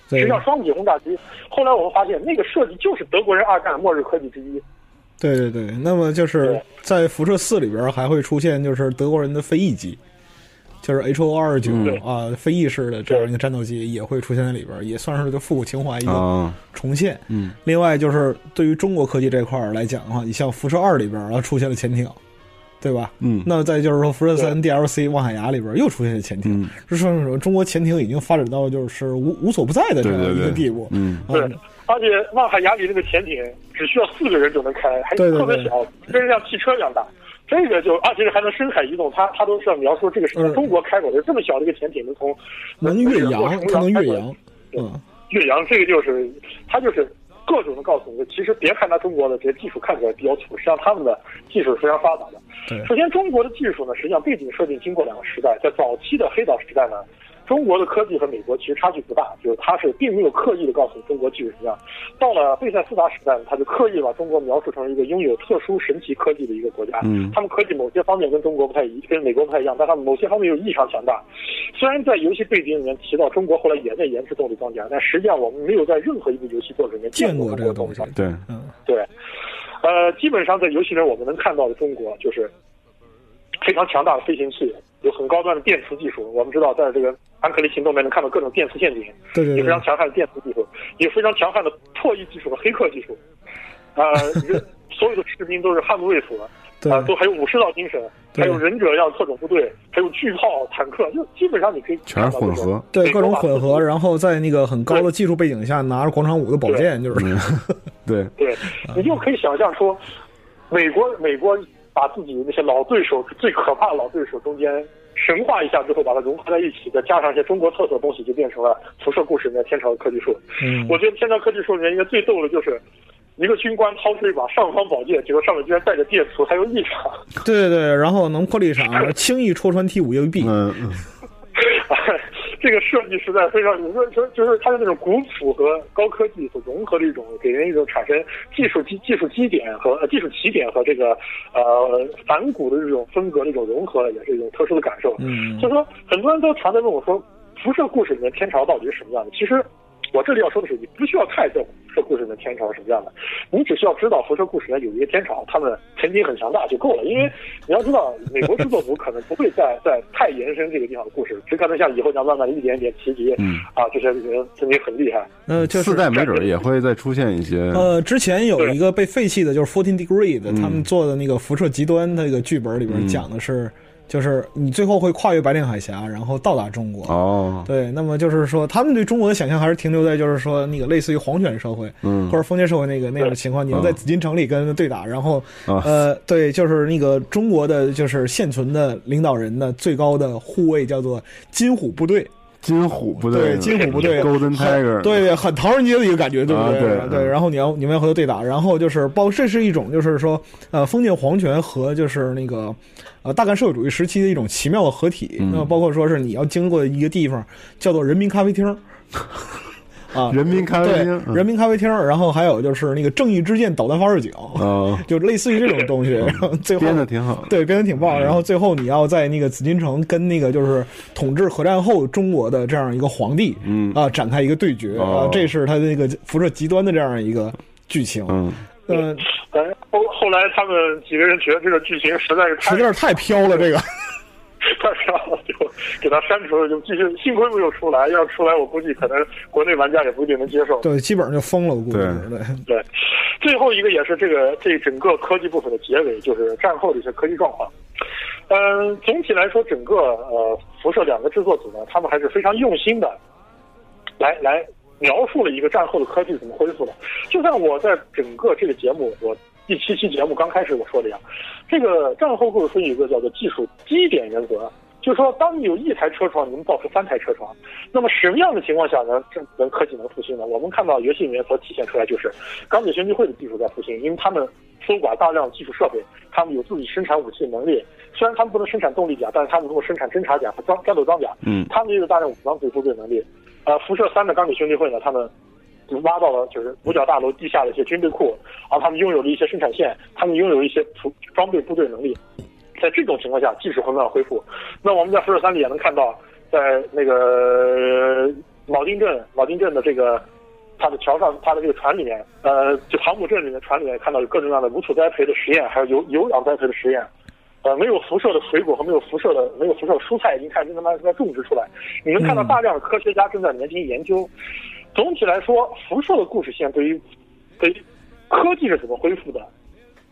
Speaker 3: 对
Speaker 7: 实际上，双体轰炸机，后来我们发现那个设计就是德国人二战末日科技之一。
Speaker 3: 对对对。那么就是
Speaker 7: 对
Speaker 3: 在辐射四里边还会出现就是德国人的飞翼机，就是 H O 二九
Speaker 11: 嗯
Speaker 3: 啊飞翼式的这样一个战斗机也会出现在里边，也算是对复古情怀一个
Speaker 11: 啊，
Speaker 3: 重现。
Speaker 11: 嗯，
Speaker 3: 另外就是对于中国科技这块儿来讲的话，你像辐射二里边啊出现了潜艇，对吧？
Speaker 11: 嗯
Speaker 3: 那再就是说辐射三 DLC 望海峡里边又出现了潜艇
Speaker 11: 嗯，
Speaker 3: 这说明什么？中国潜艇已经发展到就是无无所不在的这
Speaker 11: 对
Speaker 3: 样
Speaker 11: 对
Speaker 3: 一个
Speaker 11: 对，
Speaker 3: 地步。
Speaker 11: 嗯，
Speaker 3: 啊
Speaker 7: 对，而且望海崖里那个潜艇只需要四个人就能开，还
Speaker 3: 对对
Speaker 7: 特别
Speaker 3: 对
Speaker 7: 小，跟一辆汽车一样大。这个就，而且还能深海移动，它它都是要描述这个是
Speaker 3: 嗯
Speaker 7: 中国开过的，这么小的一个潜艇能从
Speaker 3: 能越
Speaker 7: 过
Speaker 3: 洋
Speaker 7: 程，
Speaker 3: 它能
Speaker 7: 中
Speaker 3: 越
Speaker 7: 开过来
Speaker 3: 洋，嗯，
Speaker 7: 岳阳这个就是他就是各种的告诉你，其实别看他中国的这些技术看起来比较土，实际上他们的技术是非常发达的。
Speaker 3: 对
Speaker 7: 首先，中国的技术呢，实际上背景设定经过两个时代，在早期的黑岛时代呢。中国的科技和美国其实差距不大，就是它是并没有刻意的告诉你中国技术什么样。到了贝塞斯达时代，他就刻意把中国描述成一个拥有特殊神奇科技的一个国家。
Speaker 11: 嗯
Speaker 7: 他们科技某些方面跟中国不太一，跟美国不太一样，但他们某些方面又异常强大。虽然在游戏背景里面提到中国后来也在研制动力装甲，但实际上我们没有在任何一部游戏作品里面
Speaker 3: 见
Speaker 7: 过
Speaker 3: 过这
Speaker 7: 中国的
Speaker 3: 个
Speaker 7: 动
Speaker 3: 东
Speaker 7: 力
Speaker 3: 西
Speaker 7: 装甲。。
Speaker 11: 对，
Speaker 7: 对，呃，基本上在游戏里面我们能看到的中国就是非常强大的飞行器，有很高端的电磁技术。我们知道，在这个安克雷行动里面能看到各种电磁陷阱，
Speaker 3: 对对
Speaker 7: 有非
Speaker 3: 对
Speaker 7: 常，强悍的电磁技术，有非常强悍的破译技术和黑客技术。啊、人所有的士兵都是悍不畏死的。
Speaker 3: 对
Speaker 7: 啊，都还有武士道精神，
Speaker 3: 对
Speaker 7: 还有忍者样特种部队，还有巨炮、坦克，就基本上你可以
Speaker 11: 全是
Speaker 7: 看
Speaker 11: 混
Speaker 7: 到这种
Speaker 11: 合，
Speaker 3: 对各种混合，然后在那个很高的技术背景下，拿着广场舞的宝剑，
Speaker 11: 嗯
Speaker 3: 就是
Speaker 11: 对，
Speaker 3: 嗯
Speaker 7: 对，你就可以想象说，美国美国把自己那些老对手最可怕的老对手中间神化一下之后，把它融合在一起，再加上一些中国特色的东西，就变成了辐射故事里面天朝的科技树。
Speaker 3: 嗯
Speaker 7: 我觉得天朝科技树里面应该最逗的就是。一个军官掏出一把尚方宝剑，结果上面居然带着电磁，还有异常。
Speaker 3: 对对对，然后能破力场，轻易戳穿 T 五右臂，
Speaker 11: 嗯嗯，
Speaker 7: 啊这个设计实在非常，你说说就是它的那种古朴和高科技所融合的一种，给人一种产生技术基技术基点和、呃技术起点和这个呃反骨的这种风格的一种融合，也是一种特殊的感受。
Speaker 3: 嗯
Speaker 7: 所以说，很多人都常在问我说，辐射故事里面天朝到底是什么样的？其实。我这里要说的是，你不需要太在乎辐射故事里面天朝是什么样的，你只需要知道辐射故事里面有一个天朝，他们曾经很强大就够了。因为你要知道，美国制作组可能不会再 再太延伸这个地方的故事，只可能像以后这样慢慢的一点一点提及，
Speaker 11: 嗯
Speaker 7: 啊，这些人曾经很厉害。
Speaker 3: 那呃就是
Speaker 11: 四代没准儿也会再出现一些，
Speaker 3: 呃，之前有一个被废弃的，就是 Fourteen Degree
Speaker 11: 嗯
Speaker 3: 的，他们做的那个辐射极端那个剧本里边讲的是，就是你最后会跨越白令海峡，然后到达中国。
Speaker 11: 哦，
Speaker 3: 对，那么就是说，他们对中国的想象还是停留在就是说那个类似于皇权社会，
Speaker 11: 嗯
Speaker 3: 或者封建社会那个那样的情况，你能在紫禁城里跟人对打，然后、
Speaker 11: 啊
Speaker 3: 呃，对，就是那个中国的就是现存的领导人的最高的护卫叫做金虎部队，
Speaker 11: 金虎部队
Speaker 3: 对，
Speaker 11: 呢，
Speaker 3: 金虎部队
Speaker 11: Golden
Speaker 3: 很
Speaker 11: Tiger，
Speaker 3: 对，对，很唐人街的一个感觉，对不
Speaker 11: 啊
Speaker 3: 对？
Speaker 11: 对嗯
Speaker 3: 然后你要你们要和他对打，然后就是包，这是一种就是说，呃，封建皇权和就是那个，呃，大干社会主义时期的一种奇妙的
Speaker 11: 嗯
Speaker 3: 合体。那么包括说是你要经过一个地方叫做人民咖啡厅。啊，
Speaker 11: 人民咖啡厅嗯
Speaker 3: 对，人民咖啡厅，然后还有就是那个《正义之剑》导弹发射井，
Speaker 11: 哦，
Speaker 3: 就类似于这种东西。然后最后
Speaker 11: 嗯编的嗯挺好。
Speaker 3: 对，编得挺棒。然后最后你要在那个紫禁城跟那个就是统治核战后中国的这样一个皇帝，
Speaker 11: 嗯
Speaker 3: 啊，展开一个对决
Speaker 11: 哦
Speaker 3: 啊，这是他的那个辐射极端的这样一个剧情。
Speaker 11: 嗯，
Speaker 3: 嗯，
Speaker 7: 但是后后来他们几个人觉得这个剧情实在是太
Speaker 3: 实在是太飘了，这个
Speaker 11: 嗯
Speaker 7: 太傻了，就给他删除了，就继续。幸亏没有出来，要是出来我估计可能国内玩家也不一定能接受。
Speaker 3: 对，基本上就疯了，我估计
Speaker 11: 对
Speaker 3: 对。
Speaker 7: 对，最后一个也是这个这整个科技部分的结尾，就是战后的一些科技状况。嗯，总体来说，整个呃辐射两个制作组呢，他们还是非常用心的，来来描述了一个战后的科技怎么恢复的。就像我在整个这个节目，我第七期节目刚开始我说的呀，这个战后故事分有一个叫做技术基点原则，就是说，当你有一台车床，你能造出三台车床。那么什么样的情况下能这能科技能复兴呢？我们看到游戏里面所体现出来就是钢铁兄弟会的技术在复兴，因为他们搜刮大量技术设备，他们有自己生产武器的能力。虽然他们不能生产动力甲，但是他们能够生产侦察甲和装战斗装甲。
Speaker 11: 嗯
Speaker 7: 他们也有大量武装自己部队能力。呃，辐射三的钢铁兄弟会呢，他们挖到了就是五角大楼地下的一些军备库，然后他们拥有了一些生产线，他们拥有一些服装备部队能力。在这种情况下，技术混乱恢复。那我们在辐射三里也能看到，在那个呃铆钉镇，铆钉镇的这个它的桥上，它的这个船里面，呃，就航母镇里面的船里面看到有各种各样的无土栽培的实验，还有有有氧栽培的实验。呃，没有辐射的水果和没有辐射的没有辐射的蔬菜，已经开始慢慢在种植出来。你能看到大量的科学家正在研究研究。总体来说，辐射的故事线对于对于科技是怎么恢复的，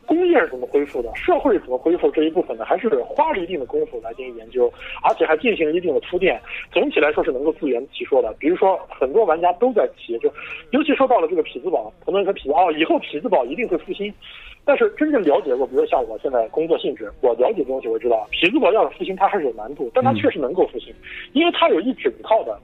Speaker 7: 工业是怎么恢复的，社会是怎么恢复这一部分呢，还是花了一定的功夫来进行研究，而且还进行了一定的铺垫。总体来说是能够自圆其说的。比如说，很多玩家都在提，就尤其说到了这个匹兹堡，很多人说匹兹哦，以后匹兹堡一定会复兴。但是真正了解过，比如像我现在工作性质，我了解的东西，我知道匹兹堡要是复兴，它还是有难度，但它确实能够复兴，因为它有一整套的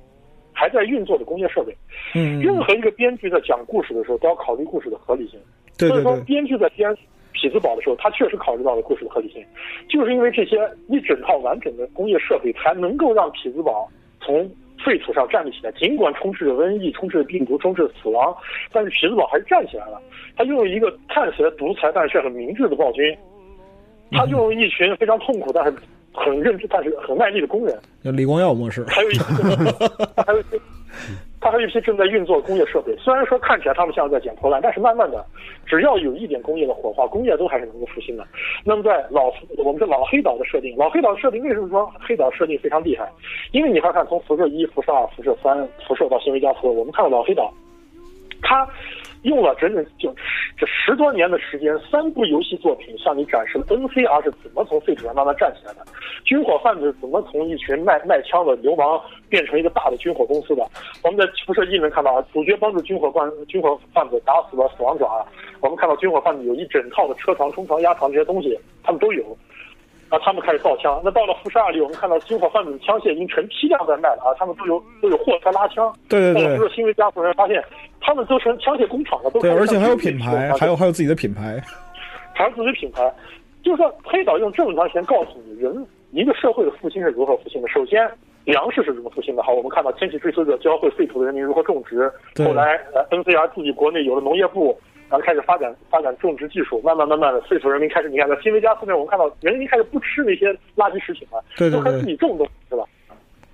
Speaker 7: 还在运作的工业设备。
Speaker 3: 嗯，
Speaker 7: 任何一个编剧在讲故事的时候，都要考虑故事的合理性。
Speaker 3: 对对
Speaker 7: 所以说
Speaker 3: 对，
Speaker 7: 编剧在编匹兹堡的时候，他确实考虑到了故事的合理性，就是因为这些一整套完整的工业设备，才能够让匹兹堡从废土上站立起来。尽管充斥着瘟疫、充斥着病毒、充斥着死亡，但是匹兹堡还是站起来了。他拥有一个看起来独裁但是却很明智的暴君，他拥有一群非常痛苦但是很认真但是很卖力的工人，
Speaker 3: 就李光耀模式。
Speaker 7: 还有一批，还有一批，他还有一批正在运作的工业设备。虽然说看起来他们像是在捡破烂，但是慢慢的，只要有一点工业的火花，工业都还是能够复兴的。那么在老我们这老黑岛的设定，老黑岛设定为什么说黑岛设定非常厉害？因为你看看从辐射一、辐射二、辐射三、辐射到新维加斯，我们看到老黑岛，它。用了整整就十这十多年的时间，三部游戏作品向你展示了 NCR 是怎么从废土上慢慢站起来的，军火贩子怎么从一群卖卖枪的流氓变成一个大的军火公司的？我们在辐射一能看到啊，主角帮助军火贩军火贩子打死了死亡爪，我们看到军火贩子有一整套的车床、冲床、压床这些东西，他们都有。啊，他们开始造枪。那到了辐射二里，我们看到军火贩子的枪械已经成批量在卖了啊，他们都有都有货车拉枪。
Speaker 3: 嗯对
Speaker 7: 到了
Speaker 3: 对
Speaker 7: 辐
Speaker 3: 对
Speaker 7: 射新维加斯，人发现他们都成枪械工厂了，都
Speaker 3: 对，
Speaker 7: 开始
Speaker 3: 而且还有品
Speaker 7: 上
Speaker 3: 牌
Speaker 7: 军，火
Speaker 3: 还有还有自己的品牌。
Speaker 7: 还是自己品牌。就是说，黑岛用这么长时间告诉你，人一个社会的复兴是如何复兴的。首先，粮食是如何复兴的。好，我们看到天气追随者教会废土的人民如何种植，
Speaker 3: 对
Speaker 7: 后来呃 NCR 自己国内有了农业部，然后开始发展发展种植技术，慢慢慢慢的废土人民开始，你看在新维加斯那儿，我们看到人民开始不吃那些垃圾食品了，
Speaker 3: 对对
Speaker 7: 都开始
Speaker 3: 对
Speaker 7: 自己种东西了。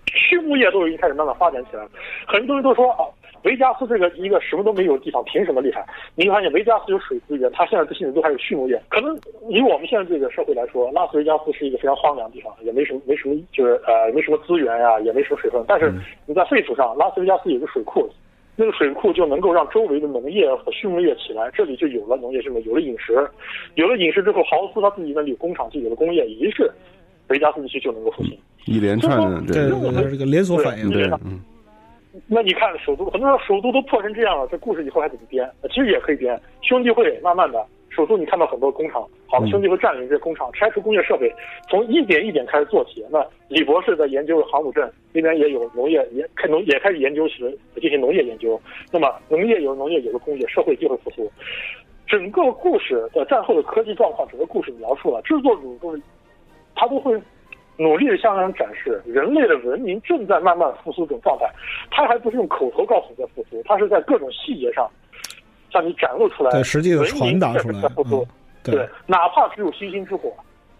Speaker 7: 畜牧业都已经开始慢慢发展起来了。很多人都说啊，维加斯这个一个什么都没有的地方，凭什么厉害？你会发现维加斯有水资源，它现在现在都还有畜牧业。可能以我们现在这个社会来说，拉斯维加斯是一个非常荒凉的地方，也没什么没什么就是呃没什么资源呀、也没什么水分。但是你在废土上，拉斯维加斯有个水库。那个水库就能够让周围的农业和畜牧业起来，这里就有了农业，就是有了饮食，有了饮食之后，豪斯他自己那里有工厂，就有了工业，于是维加斯地区就能够复兴。
Speaker 11: 一连串的，
Speaker 3: 对
Speaker 11: 对
Speaker 3: 对对，这个连锁反应。
Speaker 7: 对
Speaker 11: 对
Speaker 7: 对，
Speaker 11: 嗯，
Speaker 7: 那你看首都，很多人说首都都破成这样了，这故事以后还怎么编？呃其实也可以编，兄弟会慢慢的，首都你看到很多工厂，好
Speaker 11: 嗯
Speaker 7: 了，兄弟会占领这些工厂，拆除工业设备，从一点一点开始做起。那李博士在研究航母镇那边也有农业，也开农也开始研究起了进行农业研究。那么农业有农业有了工业，社会就会复苏。整个故事的战后的科技状况，整个故事描述了制作组都是，他都会努力地向人展示，人类的文明正在慢慢复苏这种状态。他还不是用口头告诉你在复苏，他是在各种细节上让你展露出来，
Speaker 3: 对实际地
Speaker 7: 文明
Speaker 3: 传达
Speaker 7: 确
Speaker 3: 出
Speaker 7: 实
Speaker 3: 来
Speaker 7: 在复苏。
Speaker 3: 嗯对
Speaker 7: 对哪怕只有星星之火，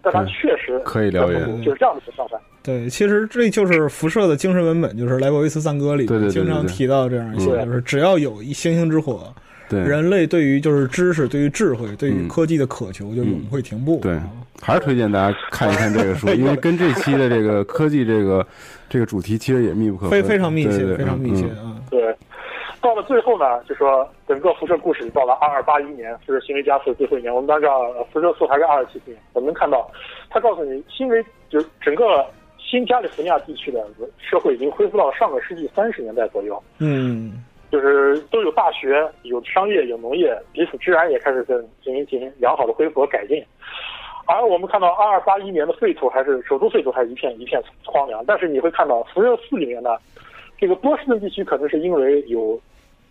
Speaker 7: 但它确实
Speaker 11: 可以燎原
Speaker 7: 在复苏就是这样的一个状态。
Speaker 3: 对，其实这就是辐射的精神文本，就是《莱博维茨赞歌》里
Speaker 11: 对对对对
Speaker 3: 经常提到这样一些，
Speaker 11: 嗯
Speaker 3: 就是只要有一星星之火，
Speaker 11: 对
Speaker 3: 人类对于就是知识、对于智慧、对于
Speaker 11: 嗯
Speaker 3: 科技的渴求就永不会停步。啊
Speaker 11: 对，还是推荐大家看一看这个书，因为跟这期的这个科技这个这个主题其实也密不可
Speaker 3: 非
Speaker 11: 分，
Speaker 3: 非常密
Speaker 11: 对
Speaker 3: 切，
Speaker 11: 对
Speaker 3: 非常密切
Speaker 11: 嗯
Speaker 3: 啊！
Speaker 7: 对，到了最后呢，就说整个辐射故事到了二二八一年，就是新维加斯的最后一年。我们按照呃辐射四还是二二七年，我们能看到，他告诉你，新维就是整个新加利福尼亚地区的社会已经恢复到上个世纪三十年代左右，
Speaker 3: 嗯，
Speaker 7: 就是都有大学、有商业、有农业，彼此治安也开始在进行进行良好的恢复和改进。而我们看到二二八一年的废土还是首都废土还是一片一片荒凉，但是你会看到辐射四里面呢，这个波士顿地区可能是因为有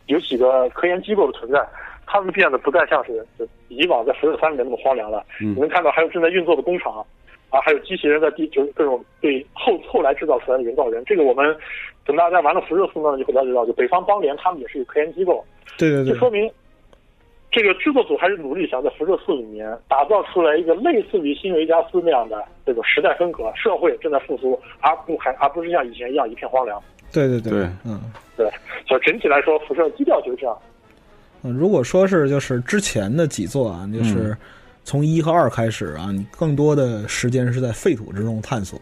Speaker 7: 有几个科研机构的存在，他们变得不再像是就以往在辐射三里面那么荒凉了。
Speaker 11: 嗯
Speaker 7: 你能看到还有正在运作的工厂，啊，还有机器人在地就是各种对后后来制造出来的人造人。这个我们等大家玩了辐射四呢，就会了解到，就北方邦联他们也是有科研机构，
Speaker 3: 对对
Speaker 7: 这
Speaker 3: 对，
Speaker 7: 说明这个制作组还是努力想在辐射四里面打造出来一个类似于新维加斯那样的这种时代风格，社会正在复苏，而不还而不是像以前一样一片荒凉。
Speaker 3: 对对
Speaker 11: 对
Speaker 3: 嗯。
Speaker 7: 对，所以整体来说，辐射基调就是这样。
Speaker 3: 嗯，如果说是就是之前的几座啊，
Speaker 11: 嗯
Speaker 3: 就是从一和二开始啊，你更多的时间是在废土之中探索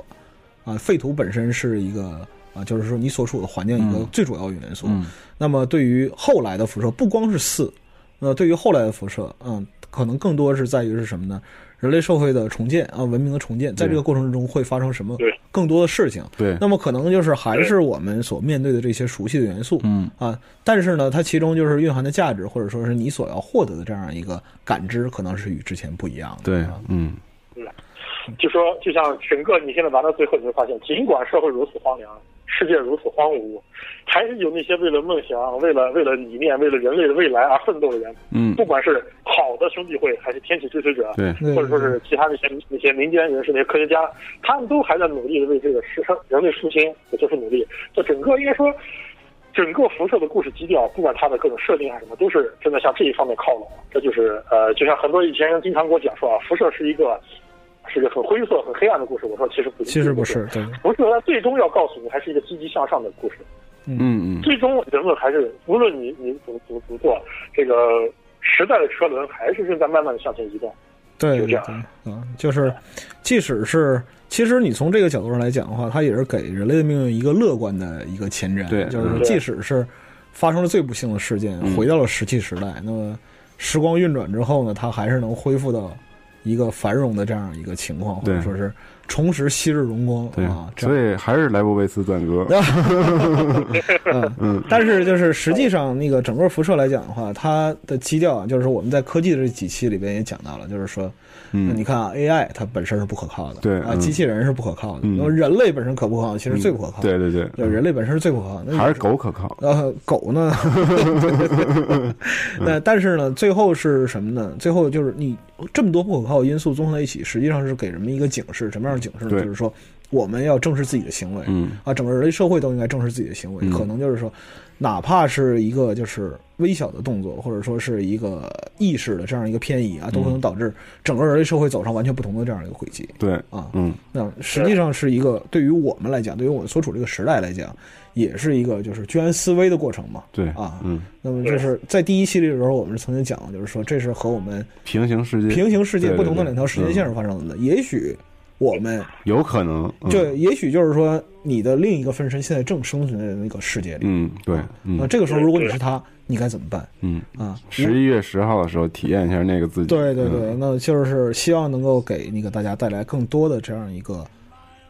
Speaker 3: 啊。废土本身是一个啊，就是说你所处的环境一个
Speaker 11: 嗯
Speaker 3: 最主要的元素。
Speaker 11: 嗯
Speaker 3: 那么对于后来的辐射，不光是四，那对于后来的辐射，嗯，可能更多是在于是什么呢？人类社会的重建啊，文明的重建，在这个过程中会发生什么
Speaker 7: 对
Speaker 3: 更多的事情？
Speaker 11: 对
Speaker 3: 那么可能就是还是我们所面对的这些熟悉的元素，
Speaker 11: 嗯
Speaker 3: 啊，但是呢，它其中就是蕴含的价值，或者说是你所要获得的这样一个感知，可能是与之前不一样的。
Speaker 11: 对
Speaker 3: 啊，
Speaker 11: 嗯
Speaker 7: 就说，就像整个你现在玩到最后，你会发现，尽管社会如此荒凉，世界如此荒芜，还是有那些为了梦想、为了为了理念、为了人类的未来而奋斗的人。
Speaker 11: 嗯
Speaker 7: 不管是好的兄弟会，还是天启追随者，
Speaker 11: 对
Speaker 7: 或者说是其他那些那些民间人士、那些科学家，他们都还在努力的为这个世人类复兴做出努力。这整个应该说，整个辐射的故事基调，不管它的各种设定还啊是什么，都是真的向这一方面靠拢。这就是呃，就像很多以前人经常给我讲说啊，辐射是一个是一个很灰色、很黑暗的故事。我说其实不，
Speaker 3: 其实不是，，对，
Speaker 7: 辐射它最终要告诉你，还是一个积极向上的故事。
Speaker 11: 嗯嗯
Speaker 7: 最终人们还是无论你你怎么怎么怎么做，这个时代的车轮还是正在慢慢的向前移动。
Speaker 3: 对
Speaker 7: 就
Speaker 3: 对
Speaker 7: 这
Speaker 3: 对
Speaker 7: 样
Speaker 3: 啊、就是即使是，其实你从这个角度上来讲的话，它也是给人类的命运一个乐观的一个前瞻。
Speaker 11: 对
Speaker 3: 就是
Speaker 11: 嗯
Speaker 3: 即使是发生了最不幸的事件，
Speaker 11: 嗯
Speaker 3: 回到了石器时代，那么时光运转之后呢，它还是能恢复到一个繁荣的这样一个情况，或者
Speaker 11: 对
Speaker 3: 说是重拾昔日荣光
Speaker 11: 对
Speaker 3: 啊。，这样
Speaker 11: 所以还是莱博维茨赞歌，
Speaker 3: 嗯，但是就是实际上那个整个辐射来讲的话，它的基调啊，就是我们在科技的这几期里边也讲到了，就是说，那你
Speaker 11: 嗯
Speaker 3: 看啊，AI 它本身是不可靠的，
Speaker 11: 对
Speaker 3: 啊，
Speaker 11: 嗯
Speaker 3: 机器人是不可靠的，
Speaker 11: 嗯
Speaker 3: 那么人类本身可不可靠？其实最不可靠，
Speaker 11: 对，对对，
Speaker 3: 就人类本身是最不可靠的，那
Speaker 11: 还是狗可靠，
Speaker 3: 呃，狗呢？ 那但是呢，最后是什么呢？最后就是你这么多不可靠的因素综合在一起，实际上是给人们一个警示。什么样的警示呢？
Speaker 11: 对
Speaker 3: 就是说，我们要正视自己的行为。
Speaker 11: 嗯
Speaker 3: 啊，整个人类社会都应该正视自己的行为。
Speaker 11: 嗯
Speaker 3: 可能就是说，哪怕是一个就是微小的动作，或者说是一个意识的这样一个偏移啊，都
Speaker 11: 嗯
Speaker 3: 可能导致整个人类社会走上完全不同的这样一个轨迹。
Speaker 11: 对，
Speaker 3: 啊
Speaker 11: 嗯
Speaker 3: 那实际上是一个对于我们来讲，对于我们所处这个时代来讲，也是一个就是居安思危的过程嘛。
Speaker 11: 对
Speaker 3: 啊
Speaker 11: 嗯，
Speaker 3: 那么就是在第一期里的时候，我们是曾经讲过，就是说这是和我们
Speaker 11: 平行世界，
Speaker 3: 平行世界
Speaker 11: 对对
Speaker 3: 不同的
Speaker 11: 对
Speaker 3: 两条时间线上发生的。也许我们
Speaker 11: 有可能，嗯
Speaker 3: 就也许就是说，你的另一个分身现在正生存在那个世界里。
Speaker 11: 嗯对，
Speaker 3: 那
Speaker 11: 嗯
Speaker 3: 啊这个时候，如果你是他，你该怎么办
Speaker 11: 嗯，
Speaker 3: 啊？
Speaker 11: 十一月十号的时候体验一下那个自己，
Speaker 3: 对对
Speaker 11: 嗯
Speaker 3: 对，那就是希望能够给那个大家带来更多的这样一个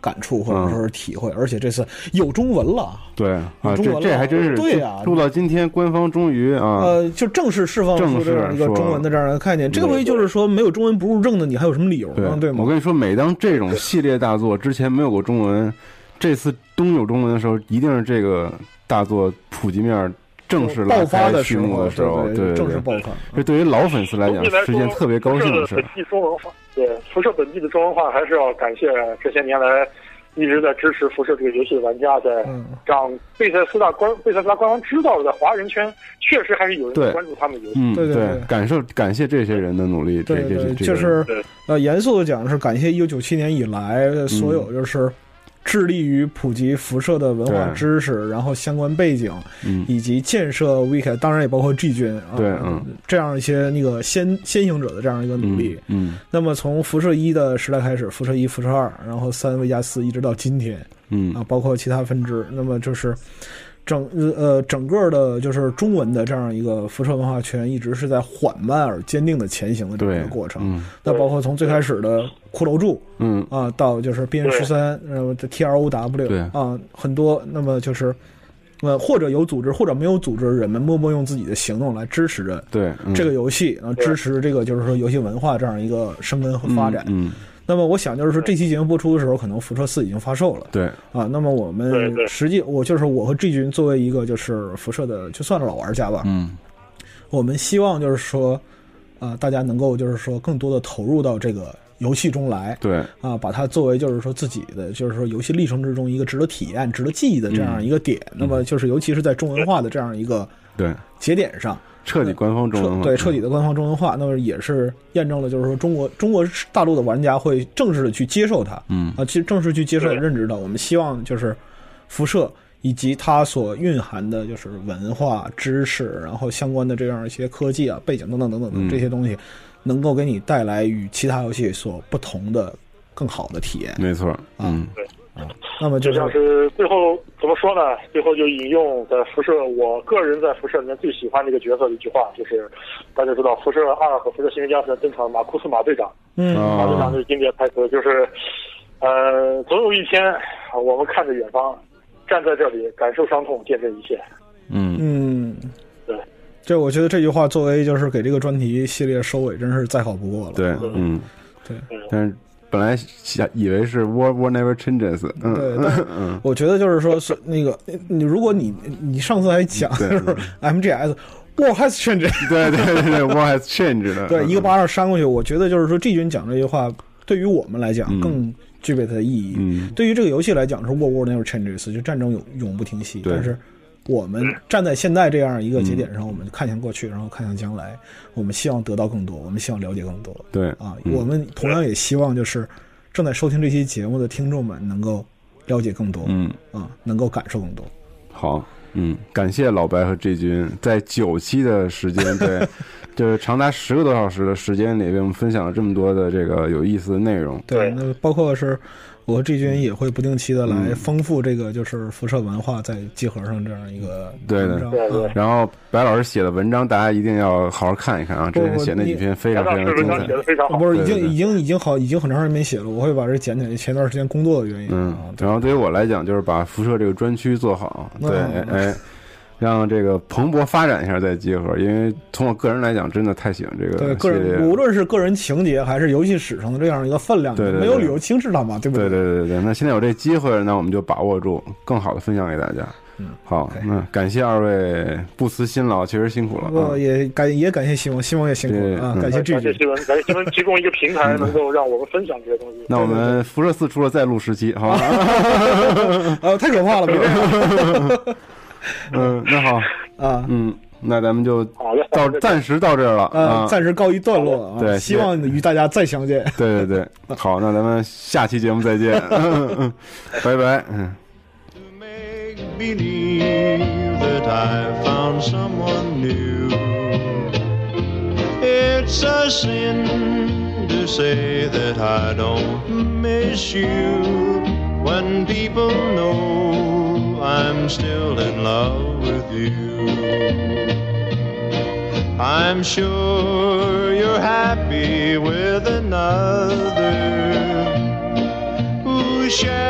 Speaker 3: 感触
Speaker 11: 嗯
Speaker 3: 或者说是体会，而且这次有中文了。
Speaker 11: 对啊，
Speaker 3: 中国
Speaker 11: 这这
Speaker 3: 了
Speaker 11: 还真是
Speaker 3: 对
Speaker 11: 就
Speaker 3: 呀
Speaker 11: 录到今天，官方终于啊，
Speaker 3: 呃，就正式释放出这样一个
Speaker 11: 正式说
Speaker 3: 中文的这样一个概念。这回就是说，没有中文不入证的，你还有什么理由呢？对
Speaker 11: 我
Speaker 3: 吗？
Speaker 11: 跟你说，每当这种系列大作之前没有过中文，这次终有中文的时候，一定是这个大作普及面正式
Speaker 3: 爆
Speaker 11: 拉
Speaker 3: 发
Speaker 11: 开
Speaker 3: 的
Speaker 11: 序
Speaker 3: 时
Speaker 11: 幕
Speaker 3: 候，
Speaker 11: 的时候，
Speaker 3: 对
Speaker 11: 对，
Speaker 3: 正式爆发。
Speaker 11: 这对于老粉丝来讲
Speaker 7: 总体来
Speaker 11: 是
Speaker 7: 说
Speaker 11: 一件特别高兴的事
Speaker 7: 辐射。
Speaker 11: 儿
Speaker 7: 本地中文化，对辐射本地的中文化，还是要感谢这些年来一直在支持辐射这个游戏的玩家，在
Speaker 11: 嗯
Speaker 7: 让贝塞斯大官贝塞斯大官方知道了，在华人圈确实还是有人在
Speaker 11: 对
Speaker 7: 关注他们的游戏。
Speaker 11: 嗯，
Speaker 3: 对对对
Speaker 11: 感受感谢这些人的努力，这
Speaker 3: 对
Speaker 11: 这
Speaker 3: 对，
Speaker 11: 这这
Speaker 3: 就
Speaker 11: 个
Speaker 3: 是
Speaker 7: 对
Speaker 3: 呃，严肃的讲，是感谢一九九七年以来
Speaker 11: 嗯
Speaker 3: 的所有就是致力于普及辐射的文化
Speaker 11: 对
Speaker 3: 知识，然后相关背景，
Speaker 11: 嗯
Speaker 3: 以及建设 WeCat，当然也包括 G 军啊，
Speaker 11: 对嗯
Speaker 3: 这样一些那个先先行者的这样一个努力。
Speaker 11: 嗯
Speaker 3: 那么从辐射一的时代开始，辐射一、辐射二，然后三、维加四，一直到今天，
Speaker 11: 嗯
Speaker 3: 啊，包括其他分支。那么就是整呃整个的，就是中文的这样一个辐射文化圈，一直是在缓慢而坚定的前行的这么一
Speaker 11: 对
Speaker 3: 个过程。
Speaker 11: 嗯
Speaker 3: 那包括从最开始的骷髅柱
Speaker 11: 嗯
Speaker 3: 啊，到就是 BN 十三，然后 T R O W
Speaker 11: 对
Speaker 3: 啊，很多。那么就是呃，或者有组织，或者没有组织，人们默默用自己的行动来支持着。
Speaker 11: 对嗯
Speaker 3: 这个游戏啊，支持这个就是说游戏文化这样一个生根和
Speaker 11: 嗯
Speaker 3: 发展。
Speaker 11: 嗯
Speaker 3: 那么我想就是说，这期节目播出的时候，可能《辐射四》已经发售了
Speaker 11: 对
Speaker 3: 啊。那么我
Speaker 7: 对
Speaker 3: 们
Speaker 7: 对
Speaker 3: 实际，我就是我和 G 君作为一个就是辐射的，就算是老玩家吧，
Speaker 11: 嗯
Speaker 3: 我们希望就是说，啊、大家能够就是说更多的投入到这个游戏中来，
Speaker 11: 对
Speaker 3: 啊，把它作为就是说自己的就是说游戏历程之中一个值得体验、值得记忆的这
Speaker 11: 嗯
Speaker 3: 样一个点。那么就是尤其是在中文化的这样一个
Speaker 11: 对，
Speaker 3: 节点上，
Speaker 11: 彻底官方中文
Speaker 3: 彻
Speaker 11: 化
Speaker 3: 对彻底的官方中文化，那么也是验证了，就是说中国中国大陆的玩家会正式的去接受它，
Speaker 11: 嗯
Speaker 3: 啊，去正式去接受
Speaker 7: 对
Speaker 3: 认知到，我们希望就是辐射以及它所蕴含的就是文化知识，然后相关的这样一些科技啊、背景等等等等等
Speaker 11: 嗯
Speaker 3: 这些东西，能够给你带来与其他游戏所不同的更好的体验。
Speaker 11: 没错嗯
Speaker 3: 那么
Speaker 7: 就
Speaker 3: 就
Speaker 7: 像
Speaker 3: 是
Speaker 7: 是最后怎么说呢？最后就引用在辐射，我个人在辐射里面最喜欢的一个角色的一句话，就是大家知道辐射二和辐射新闻加斯登场马库斯马队长，
Speaker 3: 嗯
Speaker 7: 马队长
Speaker 11: 啊
Speaker 7: 就是经典台词，就是，呃，总有一天我们看着远方，站在这里感受伤痛，见证一切。
Speaker 11: 嗯
Speaker 3: 嗯，
Speaker 7: 对。
Speaker 3: 这我觉得这句话作为就是给这个专题系列收尾，真是再好不过了。
Speaker 11: 对
Speaker 3: 啊
Speaker 11: 嗯
Speaker 3: 对，
Speaker 11: 但是本来想以为是 War War Never Changes，
Speaker 3: 对，
Speaker 11: 嗯
Speaker 3: 但是我觉得就是说，是那个你，如果你你上次还讲就
Speaker 11: 对嗯
Speaker 3: 是 MGS，哇，还是 甚至
Speaker 11: 对对对对，War has changed 的，
Speaker 3: 对一个
Speaker 11: 嗯
Speaker 3: 巴掌扇过去，我觉得就是说，这军讲这句话对于我们来讲
Speaker 11: 嗯
Speaker 3: 更具备它的意义。
Speaker 11: 嗯
Speaker 3: 对于这个游戏来讲，是 War War Never Changes，就战争永永不停息。
Speaker 11: 对
Speaker 3: 但是我们站在现在这样一个节点上，我们看向过去，然后看向将来，我们希望得到更多，我们希望了解更多。
Speaker 11: 对
Speaker 3: 啊，
Speaker 11: 嗯
Speaker 3: 我们同样也希望就是正在收听这期节目的听众们能够了解更多，
Speaker 11: 嗯
Speaker 3: 啊，能够感受更多。
Speaker 11: 好，嗯，感谢老白和 J 君在九期的时间，对，就是长达十个多小时的时间里，为我们分享了这么多的这个有意思的内容。
Speaker 3: 对，
Speaker 7: 对
Speaker 3: 那包括是我和 G 军也会不定期的
Speaker 11: 嗯
Speaker 3: 来丰富这个就是辐射文化在集合上这样一个
Speaker 11: 对的
Speaker 3: 文章
Speaker 7: 对对
Speaker 3: 啊
Speaker 11: 然后白老师写的文章，大家一定要好好看一看啊！之前写那几篇非
Speaker 7: 白
Speaker 11: 常
Speaker 7: 老
Speaker 11: 非
Speaker 7: 师文
Speaker 11: 常精
Speaker 7: 章
Speaker 11: 彩
Speaker 7: 写。的非常好，
Speaker 3: 啊不是，已
Speaker 11: 对
Speaker 3: 经
Speaker 11: 对
Speaker 3: 已经已经好，已经很长时间没写了。我会把这捡起来。前段时间工作的原因
Speaker 11: 嗯
Speaker 3: 啊，，对
Speaker 11: 然后对于我来讲，就是把辐射这个专区做好，对，
Speaker 3: 嗯
Speaker 11: 哎，让这个蓬勃发展一下再结合。因为从我个人来讲，真的太喜欢这个
Speaker 3: 对
Speaker 11: 系
Speaker 3: 个
Speaker 11: 列
Speaker 3: 人，无
Speaker 11: 了。
Speaker 3: 论是个人情节还是游戏史上的这样一个分量，
Speaker 11: 对对对嗯
Speaker 3: 没有理由轻视它嘛，对不
Speaker 11: 对
Speaker 3: 对
Speaker 11: 对对对，那现在有这机会，那我们就把握住，更好的分享给大家。
Speaker 3: 嗯，
Speaker 11: 好，嗯，感谢二位不辞辛劳，确实辛苦了
Speaker 3: 呃，
Speaker 11: 啊。
Speaker 3: 也感也感谢西蒙，西蒙也辛苦
Speaker 11: 对
Speaker 3: 了啊，
Speaker 11: 嗯
Speaker 3: 感谢 G
Speaker 7: 感谢
Speaker 3: 军。
Speaker 7: 新闻，感谢新闻提供一个平台，能够让我们分享这些东西。
Speaker 11: 那我们辐射四出了再录十期， 好吧？
Speaker 3: 呃，太可怕了，别这样
Speaker 11: 嗯，那好，
Speaker 3: 啊。
Speaker 11: 嗯，那咱们就
Speaker 7: 好嘞
Speaker 11: 到暂时到这儿了
Speaker 3: 呃，
Speaker 11: 啊。
Speaker 3: 暂时告一段落啊，
Speaker 11: 对
Speaker 3: 希望与大家再相见。
Speaker 11: 对对对，好，那咱们下期节目再见，嗯拜拜，嗯。
Speaker 4: make believe that I found someone new. It's a sin to say that I don't miss you when people know I'm still in love with you. I'm sure you're happy with another who shares.